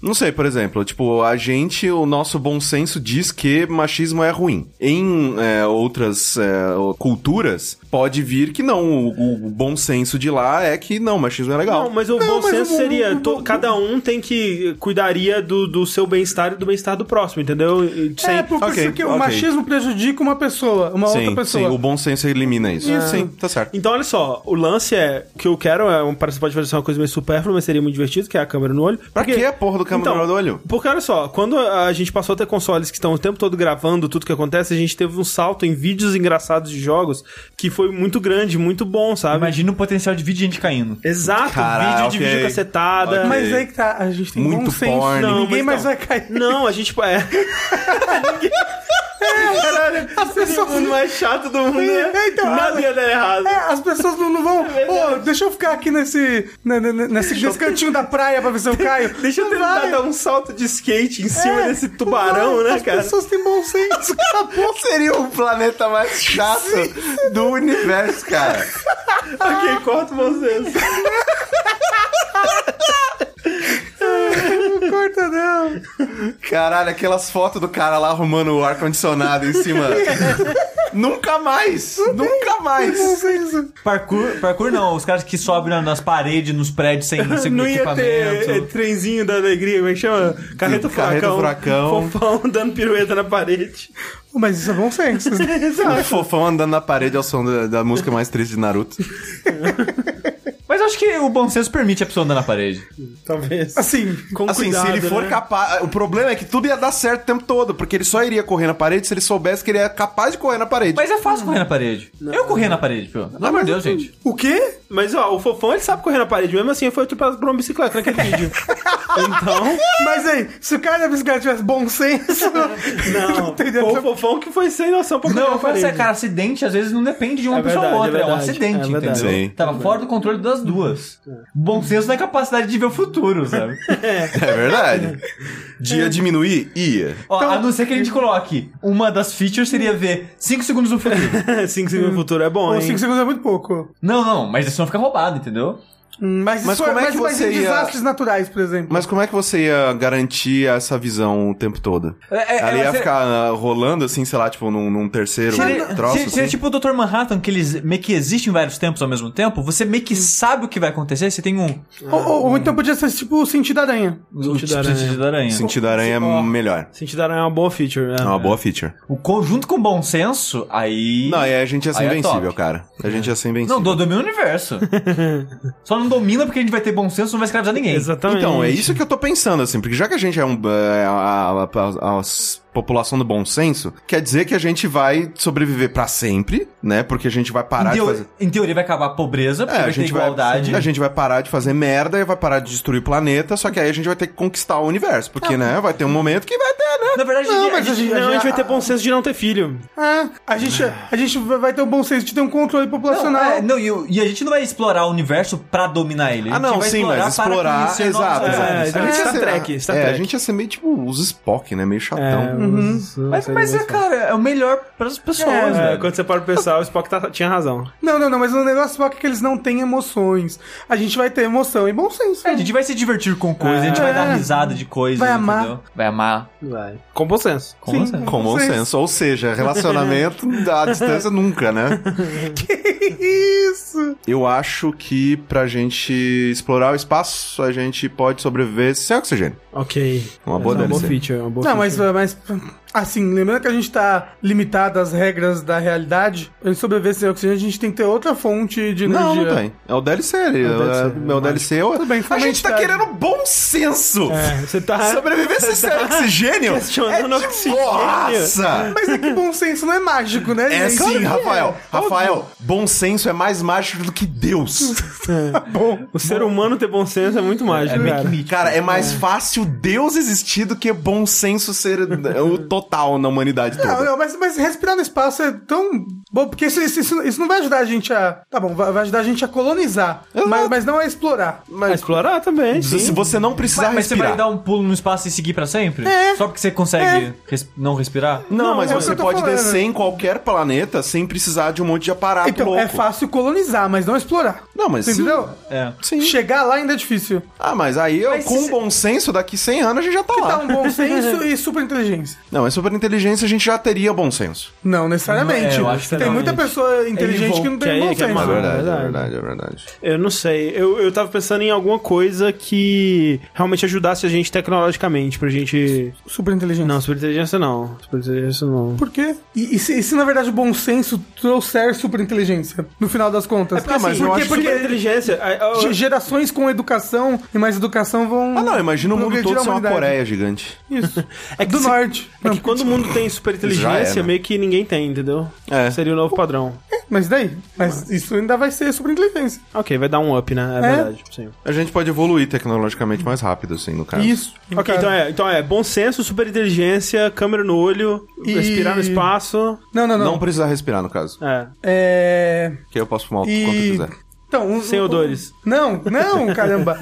Speaker 1: Não sei, por exemplo, tipo, a gente, o nosso bom senso diz que machismo é ruim. Em é, outras é, o- culturas, pode vir que não. O, o bom senso de lá é que não, machismo é legal.
Speaker 2: Não, mas o
Speaker 3: Não,
Speaker 2: bom
Speaker 3: mas
Speaker 2: senso
Speaker 3: o-
Speaker 2: seria:
Speaker 3: o-
Speaker 2: to-
Speaker 3: o-
Speaker 2: cada um tem que cuidaria do, do seu bem-estar e do bem-estar do próximo, entendeu? E- Sem,
Speaker 3: é por- por
Speaker 1: ok,
Speaker 3: isso que o
Speaker 1: ok.
Speaker 3: machismo prejudica uma pessoa, uma
Speaker 1: sim,
Speaker 3: outra pessoa.
Speaker 1: sim, o bom senso elimina isso.
Speaker 3: Isso.
Speaker 1: Sim, tá certo.
Speaker 2: Então, olha só, o lance é o que eu quero, é um, parece que pode fazer uma coisa meio supérflua, mas seria muito divertido, que é a câmera no olho. Então,
Speaker 1: Pra que a porra do câmera no olho?
Speaker 2: Porque olha só, quando a gente passou a ter consoles que estão o tempo todo gravando tudo que acontece, a gente teve um salto em vídeos engraçados de jogos que foi muito grande, muito bom, sabe?
Speaker 4: Imagina o potencial de vídeo de gente caindo.
Speaker 2: Exato,
Speaker 1: Caralho,
Speaker 2: vídeo de
Speaker 1: ok.
Speaker 2: vídeo cacetada.
Speaker 1: Ok.
Speaker 3: Mas aí que tá, a gente tem
Speaker 1: Muito
Speaker 3: bom senso,
Speaker 1: porn. Não,
Speaker 3: ninguém
Speaker 2: mas
Speaker 3: mais
Speaker 2: então.
Speaker 3: vai cair.
Speaker 2: Não, a gente. É. Caralho, é
Speaker 3: As pessoas
Speaker 2: o mundo mais chato do mundo. né?
Speaker 3: É, então,
Speaker 2: Nada
Speaker 3: ah,
Speaker 2: ia dar errado.
Speaker 3: É, as pessoas não, não vão. Ô, deixa eu ficar aqui nesse, ne- ne- nesse, nesse cantinho da praia pra ver se eu caio.
Speaker 2: Deixa eu
Speaker 3: Não
Speaker 2: tentar
Speaker 3: vai.
Speaker 2: dar um salto de skate em cima
Speaker 3: É,
Speaker 2: desse
Speaker 3: não
Speaker 2: tubarão,
Speaker 3: vai.
Speaker 2: né,
Speaker 3: as
Speaker 2: cara?
Speaker 3: As pessoas têm bom senso.
Speaker 1: Qual seria o planeta mais chato do universo, cara?
Speaker 2: Ok, corta vocês.
Speaker 3: Não corta, não.
Speaker 1: Caralho, aquelas fotos do cara lá arrumando o ar-condicionado em cima. nunca mais! Nunca mais!
Speaker 3: Bom senso.
Speaker 4: Parkour, parkour não, os caras que sobem na- nas paredes, nos prédios sem, sem
Speaker 2: Não ia ter eh,
Speaker 4: equipamento.
Speaker 2: trenzinho da alegria, como é que chama? Carreta
Speaker 1: Carreta
Speaker 2: furacão.
Speaker 1: furacão.
Speaker 2: Fofão dando pirueta na parede.
Speaker 3: Mas isso é bom senso.
Speaker 1: Um fofão andando na parede ao som da, da música mais triste de Naruto.
Speaker 4: Mas acho que o bom senso permite a pessoa andar na parede.
Speaker 2: Talvez.
Speaker 3: Assim,
Speaker 2: Com
Speaker 1: assim,
Speaker 2: cuidado,
Speaker 1: se ele for
Speaker 2: né?
Speaker 1: capaz. O problema é que tudo ia dar certo o tempo todo, porque ele só iria correr na parede se ele soubesse que ele é capaz de correr na parede.
Speaker 4: Mas é fácil correr na parede. Eu corri na parede, pô. Pelo amor de Deus, gente.
Speaker 3: o quê?
Speaker 2: Mas ó, o fofão ele sabe correr na parede, mesmo assim ele foi atropelado por uma bicicleta naquele vídeo. Então.
Speaker 3: Mas aí, se o cara da bicicleta tivesse bom senso.
Speaker 2: Não,
Speaker 3: entendeu?
Speaker 2: foi o fofão que foi sem noção pra correr
Speaker 4: Não,
Speaker 2: na
Speaker 4: eu falo
Speaker 2: parede.
Speaker 4: assim, cara, acidente às vezes não depende de uma
Speaker 2: É
Speaker 4: pessoa
Speaker 2: verdade,
Speaker 4: ou outra.
Speaker 2: é
Speaker 4: É, um
Speaker 2: verdade, é
Speaker 4: acidente, entendeu?
Speaker 2: verdade. É.
Speaker 1: Sim.
Speaker 4: Tava fora do controle das duas. Bom senso na capacidade de ver o futuro, sabe?
Speaker 1: É verdade.
Speaker 4: É.
Speaker 1: Dia diminuir? Ia.
Speaker 4: Ó,
Speaker 2: Então-
Speaker 4: a não ser que a gente coloque uma das features seria ver 5 segundos no futuro.
Speaker 2: 5 segundos no futuro é bom,
Speaker 3: Ou
Speaker 2: hein?
Speaker 3: 5 segundos é muito pouco.
Speaker 4: não, não, mas isso não fica roubado, entendeu?
Speaker 3: Hum, Mas,
Speaker 1: Mas
Speaker 3: isso
Speaker 1: como é
Speaker 3: mas,
Speaker 1: que
Speaker 3: mas em
Speaker 1: você ia-
Speaker 3: desastres naturais, por exemplo.
Speaker 1: Mas como é que você ia garantir essa visão o tempo todo?
Speaker 4: É, é,
Speaker 1: Ela
Speaker 4: ela
Speaker 1: ia
Speaker 4: se-
Speaker 1: ficar ah, rolando assim, sei lá, tipo, num, num terceiro
Speaker 4: Seria,
Speaker 1: troço.
Speaker 4: seria- seria
Speaker 1: assim?
Speaker 4: tipo o Dr. Manhattan, que eles meio que existem em vários tempos ao mesmo tempo. Você meio que sabe o que vai acontecer, você tem um.
Speaker 1: Ah.
Speaker 4: tipo
Speaker 3: Ou, ou- ou então podia ser tipo o sentido aranha.
Speaker 4: O
Speaker 2: Sentido da aranha.
Speaker 4: da aranha.
Speaker 1: Sentido aranha é melhor.
Speaker 2: Sentido aranha é uma boa feature, né?
Speaker 1: É uma boa feature.
Speaker 4: O conjunto com bom senso, aí.
Speaker 1: Não, e a gente ia ser
Speaker 4: Aí é
Speaker 1: invencível,
Speaker 4: top.
Speaker 1: cara. A gente ia ser
Speaker 4: Não,
Speaker 1: invencível.
Speaker 4: do, do meu universo. Só não não domina porque a gente vai ter bom senso, não vai escravizar ninguém.
Speaker 2: Exatamente.
Speaker 1: Então, é isso que eu tô pensando, assim, porque já que a gente é um. é, a, a- a- a população do bom senso, quer dizer que a gente vai sobreviver pra sempre, né? Porque a gente vai
Speaker 4: Em,
Speaker 1: parar
Speaker 4: teo-
Speaker 1: de fazer.
Speaker 4: em teoria vai acabar a pobreza, porque
Speaker 1: É, a
Speaker 4: vai ter
Speaker 1: gente vai,
Speaker 4: igualdade.
Speaker 1: a gente vai parar de fazer merda e vai parar de destruir o planeta, só que aí a gente vai ter que conquistar o universo, porque, né, vai ter um momento que vai ter, né?
Speaker 4: Na verdade,
Speaker 3: Não,
Speaker 4: a gente-
Speaker 3: mas
Speaker 4: a gente-
Speaker 2: Não,
Speaker 1: é
Speaker 2: a gente vai ter bom senso de não ter filho.
Speaker 3: Ah, a gente, a gente vai ter o bom senso de ter um controle
Speaker 4: Não,
Speaker 3: populacional.
Speaker 4: é, não, e, o- e a gente não vai explorar o universo pra dominar ele. A
Speaker 1: Ah,
Speaker 4: gente
Speaker 1: não,
Speaker 4: vai
Speaker 1: sim, mas
Speaker 4: para
Speaker 1: explorar.
Speaker 4: que isso é
Speaker 1: exato,
Speaker 4: nosso,
Speaker 1: exato.
Speaker 2: É,
Speaker 4: sabe?
Speaker 1: A gente ia
Speaker 2: Star
Speaker 1: ser-
Speaker 2: Trek, Star
Speaker 1: é,
Speaker 2: Trek.
Speaker 1: a gente ia ser meio tipo os Spock, né? Meio
Speaker 2: É,
Speaker 1: chatão.
Speaker 2: os-
Speaker 4: Mas, mas é, cara, é o melhor pras pessoas,
Speaker 2: É,
Speaker 4: velho.
Speaker 2: quando você para o pessoal, o Spock tá- tinha razão.
Speaker 3: Não, não, não, mas o negócio só é que eles não têm emoções. A gente vai ter emoção e bom senso.
Speaker 4: É, a gente vai se divertir com coisas, a gente
Speaker 2: É.
Speaker 4: vai dar risada de coisas,
Speaker 3: Vai amar.
Speaker 4: entendeu? Vai amar.
Speaker 2: Vai. Com bom senso.
Speaker 4: Com
Speaker 3: Sim.
Speaker 4: você. É
Speaker 1: Com bom
Speaker 3: Vocês-
Speaker 1: senso, ou seja, relacionamento à distância nunca, né?
Speaker 3: Isso!
Speaker 1: Eu acho que pra gente explorar o espaço, a gente pode sobreviver sem oxigênio.
Speaker 2: Ok.
Speaker 1: Uma boa
Speaker 2: Essa é uma boa
Speaker 1: DLC.
Speaker 2: feature, é uma boa
Speaker 3: Não, mas,
Speaker 2: feature.
Speaker 3: mas assim, lembrando que a gente tá limitado às regras da realidade, pra gente sobreviver sem oxigênio, a gente tem que ter outra fonte de energia.
Speaker 1: Não, não tem. É o DLC. ele- É
Speaker 2: o DLC,
Speaker 1: é o DLC. eu-
Speaker 3: Tudo bem,
Speaker 1: a gente tá
Speaker 3: fomentado.
Speaker 1: querendo bom senso.
Speaker 2: É, você tá...
Speaker 1: Sobreviver sem ser oxigênio é
Speaker 2: questionando
Speaker 1: de
Speaker 2: oxigênio.
Speaker 1: borraça.
Speaker 3: Mas é que bom senso não é mágico, né?
Speaker 1: É
Speaker 3: gente? É.
Speaker 1: sim, Rafael.
Speaker 3: Óbvio.
Speaker 1: Rafael, bom senso é mais mágico do que Deus.
Speaker 3: Bom,
Speaker 2: O ser humano ter bom senso é muito mágico,
Speaker 4: É meio que
Speaker 2: cara.
Speaker 4: mítico.
Speaker 1: Cara, é mais fácil Deus existir do que bom senso ser o total na humanidade
Speaker 3: Não,
Speaker 1: toda.
Speaker 3: não, mas, mas respirar no espaço é tão bom, porque isso, isso, isso- isso não vai ajudar a gente a. Tá bom, vai vai ajudar a gente a colonizar, mas, mas não a
Speaker 1: Tá
Speaker 3: explorar.
Speaker 2: Mas Ah, explorar também, sim.
Speaker 1: Se você não precisar
Speaker 4: Mas, mas você
Speaker 1: respirar.
Speaker 4: vai dar um pulo no espaço e seguir pra sempre?
Speaker 3: É.
Speaker 4: Só porque você consegue res- um- não respirar?
Speaker 1: Não,
Speaker 3: Não,
Speaker 1: mas
Speaker 3: é o que
Speaker 1: você
Speaker 3: eu tô
Speaker 1: pode
Speaker 3: falando.
Speaker 1: descer em qualquer planeta sem precisar de um monte de aparato
Speaker 3: Então,
Speaker 1: louco.
Speaker 3: é fácil colonizar, mas não explorar.
Speaker 1: Não, mas
Speaker 3: Você Entendeu?
Speaker 4: É.
Speaker 1: Sim.
Speaker 3: Chegar lá ainda é difícil.
Speaker 1: Ah, mas aí eu,
Speaker 4: Mas
Speaker 1: com
Speaker 4: se-
Speaker 1: bom senso, daqui 100 anos a gente já tá lá.
Speaker 3: Tá um bom senso e super inteligência.
Speaker 1: Não, é super inteligência, a gente já teria bom senso.
Speaker 3: Não, necessariamente.
Speaker 4: Não, é, eu acho que
Speaker 3: Tem
Speaker 4: não.
Speaker 3: muita pessoa inteligente
Speaker 2: Ele
Speaker 3: que não
Speaker 2: quer-
Speaker 3: tem bom
Speaker 2: quer
Speaker 3: senso.
Speaker 2: mais- Verdade, é
Speaker 1: verdade, é verdade.
Speaker 2: Eu não sei. Eu, eu tava pensando em alguma coisa que realmente ajudasse a gente tecnologicamente, pra gente.
Speaker 3: Super inteligente.
Speaker 2: Não, superinteligência não. Superinteligência não.
Speaker 3: Por quê? E, e se, e se, na verdade o bom senso trouxer super inteligência? No final das contas.
Speaker 1: porque, assim, eu acho
Speaker 3: porque, porque
Speaker 2: superinteligência.
Speaker 3: ge- gerações com educação e mais educação vão.
Speaker 1: Ah, não, imagina o mundo
Speaker 3: progredir
Speaker 1: todo
Speaker 3: a
Speaker 1: ser uma
Speaker 3: humanidade.
Speaker 1: Coreia gigante.
Speaker 3: Isso.
Speaker 2: É que
Speaker 3: Do
Speaker 2: se-
Speaker 3: norte.
Speaker 2: É
Speaker 3: Não,
Speaker 2: que quando o mundo tem
Speaker 1: Já
Speaker 2: superinteligência,
Speaker 1: é, né?
Speaker 2: meio que ninguém tem, entendeu?
Speaker 1: É.
Speaker 2: Seria o novo padrão.
Speaker 3: Mas daí? Mas isso ainda vai ser super inteligência.
Speaker 2: Ok, vai dar um up, né? É, verdade. Sim.
Speaker 1: A gente pode evoluir tecnologicamente mais rápido, assim, no caso.
Speaker 3: Isso.
Speaker 2: Ah. Ok,
Speaker 3: cara.
Speaker 2: então é, então é bom senso, superinteligência, câmera no olho,
Speaker 3: E-
Speaker 2: respirar no espaço.
Speaker 3: Não, não,
Speaker 1: Não,
Speaker 3: não.
Speaker 1: precisar respirar, no caso.
Speaker 2: É.
Speaker 3: É.
Speaker 1: Que eu posso fumar o quanto
Speaker 3: E.
Speaker 1: quiser.
Speaker 3: Então, um,
Speaker 2: Sem
Speaker 3: um-
Speaker 2: odores.
Speaker 3: Não, não, caramba.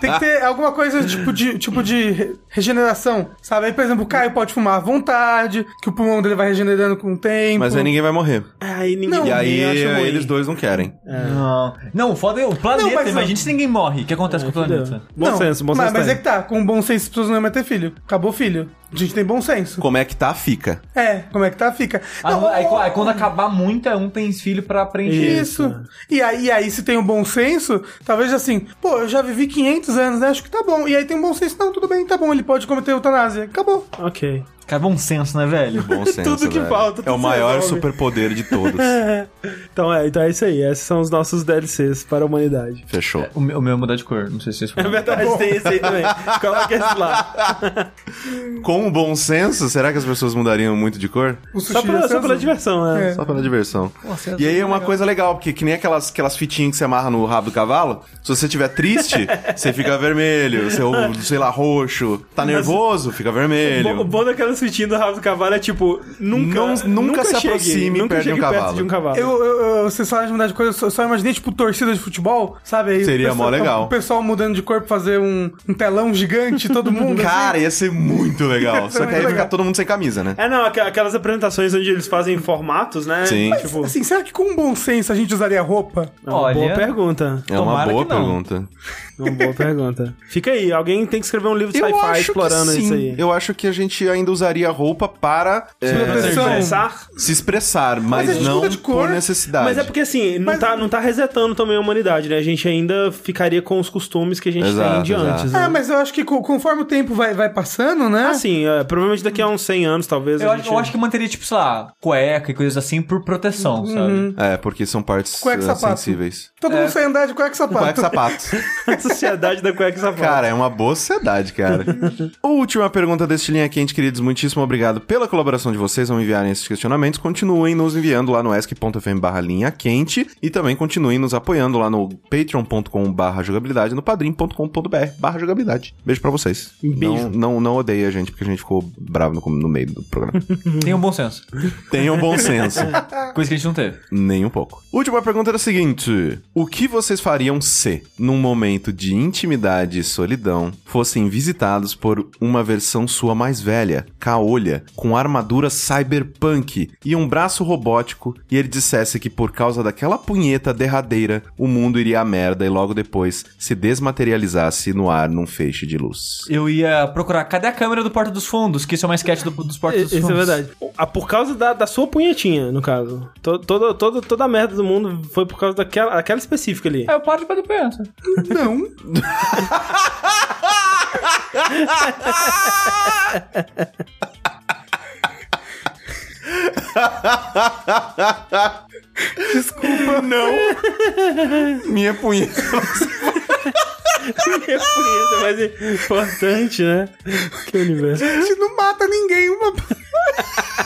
Speaker 3: Tem que ter alguma coisa tipo de, tipo de re- regeneração, sabe? Aí, por exemplo, o Caio pode fumar à vontade, que o pulmão dele vai regenerando com o tempo.
Speaker 2: é
Speaker 1: Mas aí ninguém vai morrer.
Speaker 2: Aí ninguém
Speaker 3: Não,
Speaker 1: E
Speaker 2: eu
Speaker 1: aí
Speaker 2: acho ruim.
Speaker 1: eles dois não querem.
Speaker 4: Não. Não, o foda é o planeta.
Speaker 3: Não, mas-
Speaker 4: Imagina se ninguém morre. O que acontece com o planeta?
Speaker 2: Bom senso, bom
Speaker 3: mas,
Speaker 2: senso.
Speaker 3: Mas
Speaker 2: tem.
Speaker 3: é que tá, com bom senso as pessoas não iam meter filho. Acabou o filho. A gente tem bom senso.
Speaker 1: Como é que tá, fica.
Speaker 3: É, como é que tá? Fica.
Speaker 4: Ah,
Speaker 3: Não,
Speaker 4: não, aí,
Speaker 3: ó,
Speaker 4: aí quando acabar muito, é um tem filho pra preencher.
Speaker 3: Isso. E aí, e aí, se tem um bom senso, talvez assim, pô, eu já vivi 500 anos, né? Acho que tá bom. E aí tem um bom senso, não, tudo bem, tá bom, ele pode cometer eutanásia. Acabou.
Speaker 2: Ok.
Speaker 4: Cara, bom senso, né, velho?
Speaker 1: Bom senso,
Speaker 2: Tudo que
Speaker 1: velho.
Speaker 2: falta,
Speaker 1: É
Speaker 2: tudo
Speaker 1: o
Speaker 2: se
Speaker 1: maior
Speaker 2: resolve.
Speaker 1: superpoder de todos.
Speaker 2: Então é, então é isso aí. Esses são os nossos DLCs para a humanidade.
Speaker 1: Fechou.
Speaker 4: O meu, o meu mudar de cor, não sei se vocês
Speaker 2: É
Speaker 4: falaram.
Speaker 3: Tá
Speaker 2: verdade, tem esse aí também. Coloca esse lá.
Speaker 1: Com o bom senso, será que as pessoas mudariam muito de cor?
Speaker 3: O
Speaker 2: Só,
Speaker 3: sushi é
Speaker 2: pra-
Speaker 3: ia ser
Speaker 2: só pela
Speaker 3: azul.
Speaker 2: diversão, né?
Speaker 3: É.
Speaker 1: Só pela diversão.
Speaker 4: Nossa,
Speaker 1: e aí é uma coisa legal, porque que nem aquelas, aquelas fitinhas que você amarra no rabo do cavalo, se você tiver triste, você fica vermelho, você, ou, sei lá, roxo. Tá nervoso, fica
Speaker 2: Bo- O
Speaker 1: vermelho.
Speaker 2: bom daquela suitinha do rabo do cavalo é tipo, nunca,
Speaker 1: Não- nunca se
Speaker 2: chegue,
Speaker 1: aproxime
Speaker 2: nunca
Speaker 1: perto de um
Speaker 2: chegue perto
Speaker 1: cavalo.
Speaker 2: de um cavalo.
Speaker 3: Eu, eu, eu, vocês falaram de mudar de coisa, eu só- só imaginei, tipo, torcida de futebol, sabe? Aí o
Speaker 1: Seria
Speaker 3: pessoal- tá
Speaker 1: mó legal.
Speaker 3: O pessoal mudando de corpo, fazer um, um telão gigante, todo mundo.
Speaker 2: assim?
Speaker 3: assim.
Speaker 1: Cara, ia ser muito legal. Só que aí
Speaker 3: muito
Speaker 1: fica
Speaker 3: legal.
Speaker 1: todo mundo sem camisa, né?
Speaker 2: É, não, aqua- aquelas apresentações onde eles fazem formatos, né?
Speaker 1: Sim. Mas,
Speaker 2: Tipo,
Speaker 3: um Assim, será que com bom senso a gente usaria roupa?
Speaker 2: é uma
Speaker 4: Olha.
Speaker 2: boa pergunta. É
Speaker 1: É uma
Speaker 4: Tomara
Speaker 1: boa
Speaker 4: que não.
Speaker 1: pergunta.
Speaker 2: Uma boa pergunta. Fica aí, alguém tem que escrever um livro de sci-fi explorando
Speaker 1: sim.
Speaker 2: isso aí.
Speaker 1: Eu acho que a gente ainda usaria a roupa para é,
Speaker 3: Proteção.
Speaker 2: Pensar?
Speaker 1: se expressar,
Speaker 3: a
Speaker 1: mas,
Speaker 3: gente
Speaker 1: não
Speaker 3: muda de cor.
Speaker 1: por necessidade.
Speaker 2: Mas é porque assim, não,
Speaker 3: Mas-
Speaker 2: tá, não tá resetando também a humanidade, né? A gente ainda ficaria com os costumes que a gente tem
Speaker 1: Exato,
Speaker 2: de
Speaker 1: exato. É,
Speaker 2: antes. Né?
Speaker 3: Ah, mas eu acho que co- conforme o tempo vai, vai passando, né?
Speaker 2: Assim, é, provavelmente daqui a uns 100 anos, talvez.
Speaker 4: Eu,
Speaker 2: a
Speaker 4: acho-
Speaker 2: gente...
Speaker 4: eu acho que manteria, tipo, sei lá, cueca e coisas assim por proteção,
Speaker 2: Uhum.
Speaker 4: sabe?
Speaker 1: É, porque são partes
Speaker 3: Cueca e
Speaker 1: eh,
Speaker 3: sapato.
Speaker 1: sensíveis.
Speaker 3: Todo mundo sai andar de cueca e sapato.
Speaker 1: Cueca e sapatos.
Speaker 2: a sociedade da cueca safada.
Speaker 1: Cara, é uma boa sociedade, cara. Última pergunta deste Linha Quente, queridos. Muitíssimo obrigado pela colaboração de vocês ao enviarem esses questionamentos. Continuem nos enviando lá no ask.fm barra linha quente e também continuem nos apoiando lá no patreon.com barra jogabilidade e no padrim.com.br barra jogabilidade. Beijo pra vocês.
Speaker 2: Beijo.
Speaker 1: Não, não, não odeiem a gente porque a gente ficou bravo no, no meio do programa.
Speaker 4: Tem um bom senso.
Speaker 1: Tenham bom senso.
Speaker 4: Coisa que a gente não teve.
Speaker 1: Nem um pouco. Última pergunta era a seguinte: O que vocês fariam se, num momento de intimidade e solidão, fossem visitados por uma versão sua mais velha, caolha, com armadura cyberpunk e um braço robótico, e ele dissesse que por causa daquela punheta derradeira, o mundo iria à merda e logo depois se desmaterializasse no ar num feixe de luz?
Speaker 4: Eu ia procurar, cadê a câmera do Porta dos Fundos? Que isso é uma sketch do, dos Porta dos
Speaker 2: Isso
Speaker 4: Fundos.
Speaker 2: é verdade. Ah, por causa da, da sua punhetinha, no caso. To- Toda, toda, toda a merda do mundo foi por causa daquela, daquela específica ali.
Speaker 4: É, eu paro de bater punheta.
Speaker 3: Não.
Speaker 1: Desculpa, não! Minha punheta.
Speaker 2: Minha punheta é mais importante, né? Que universo.
Speaker 3: A gente não mata ninguém. Uma...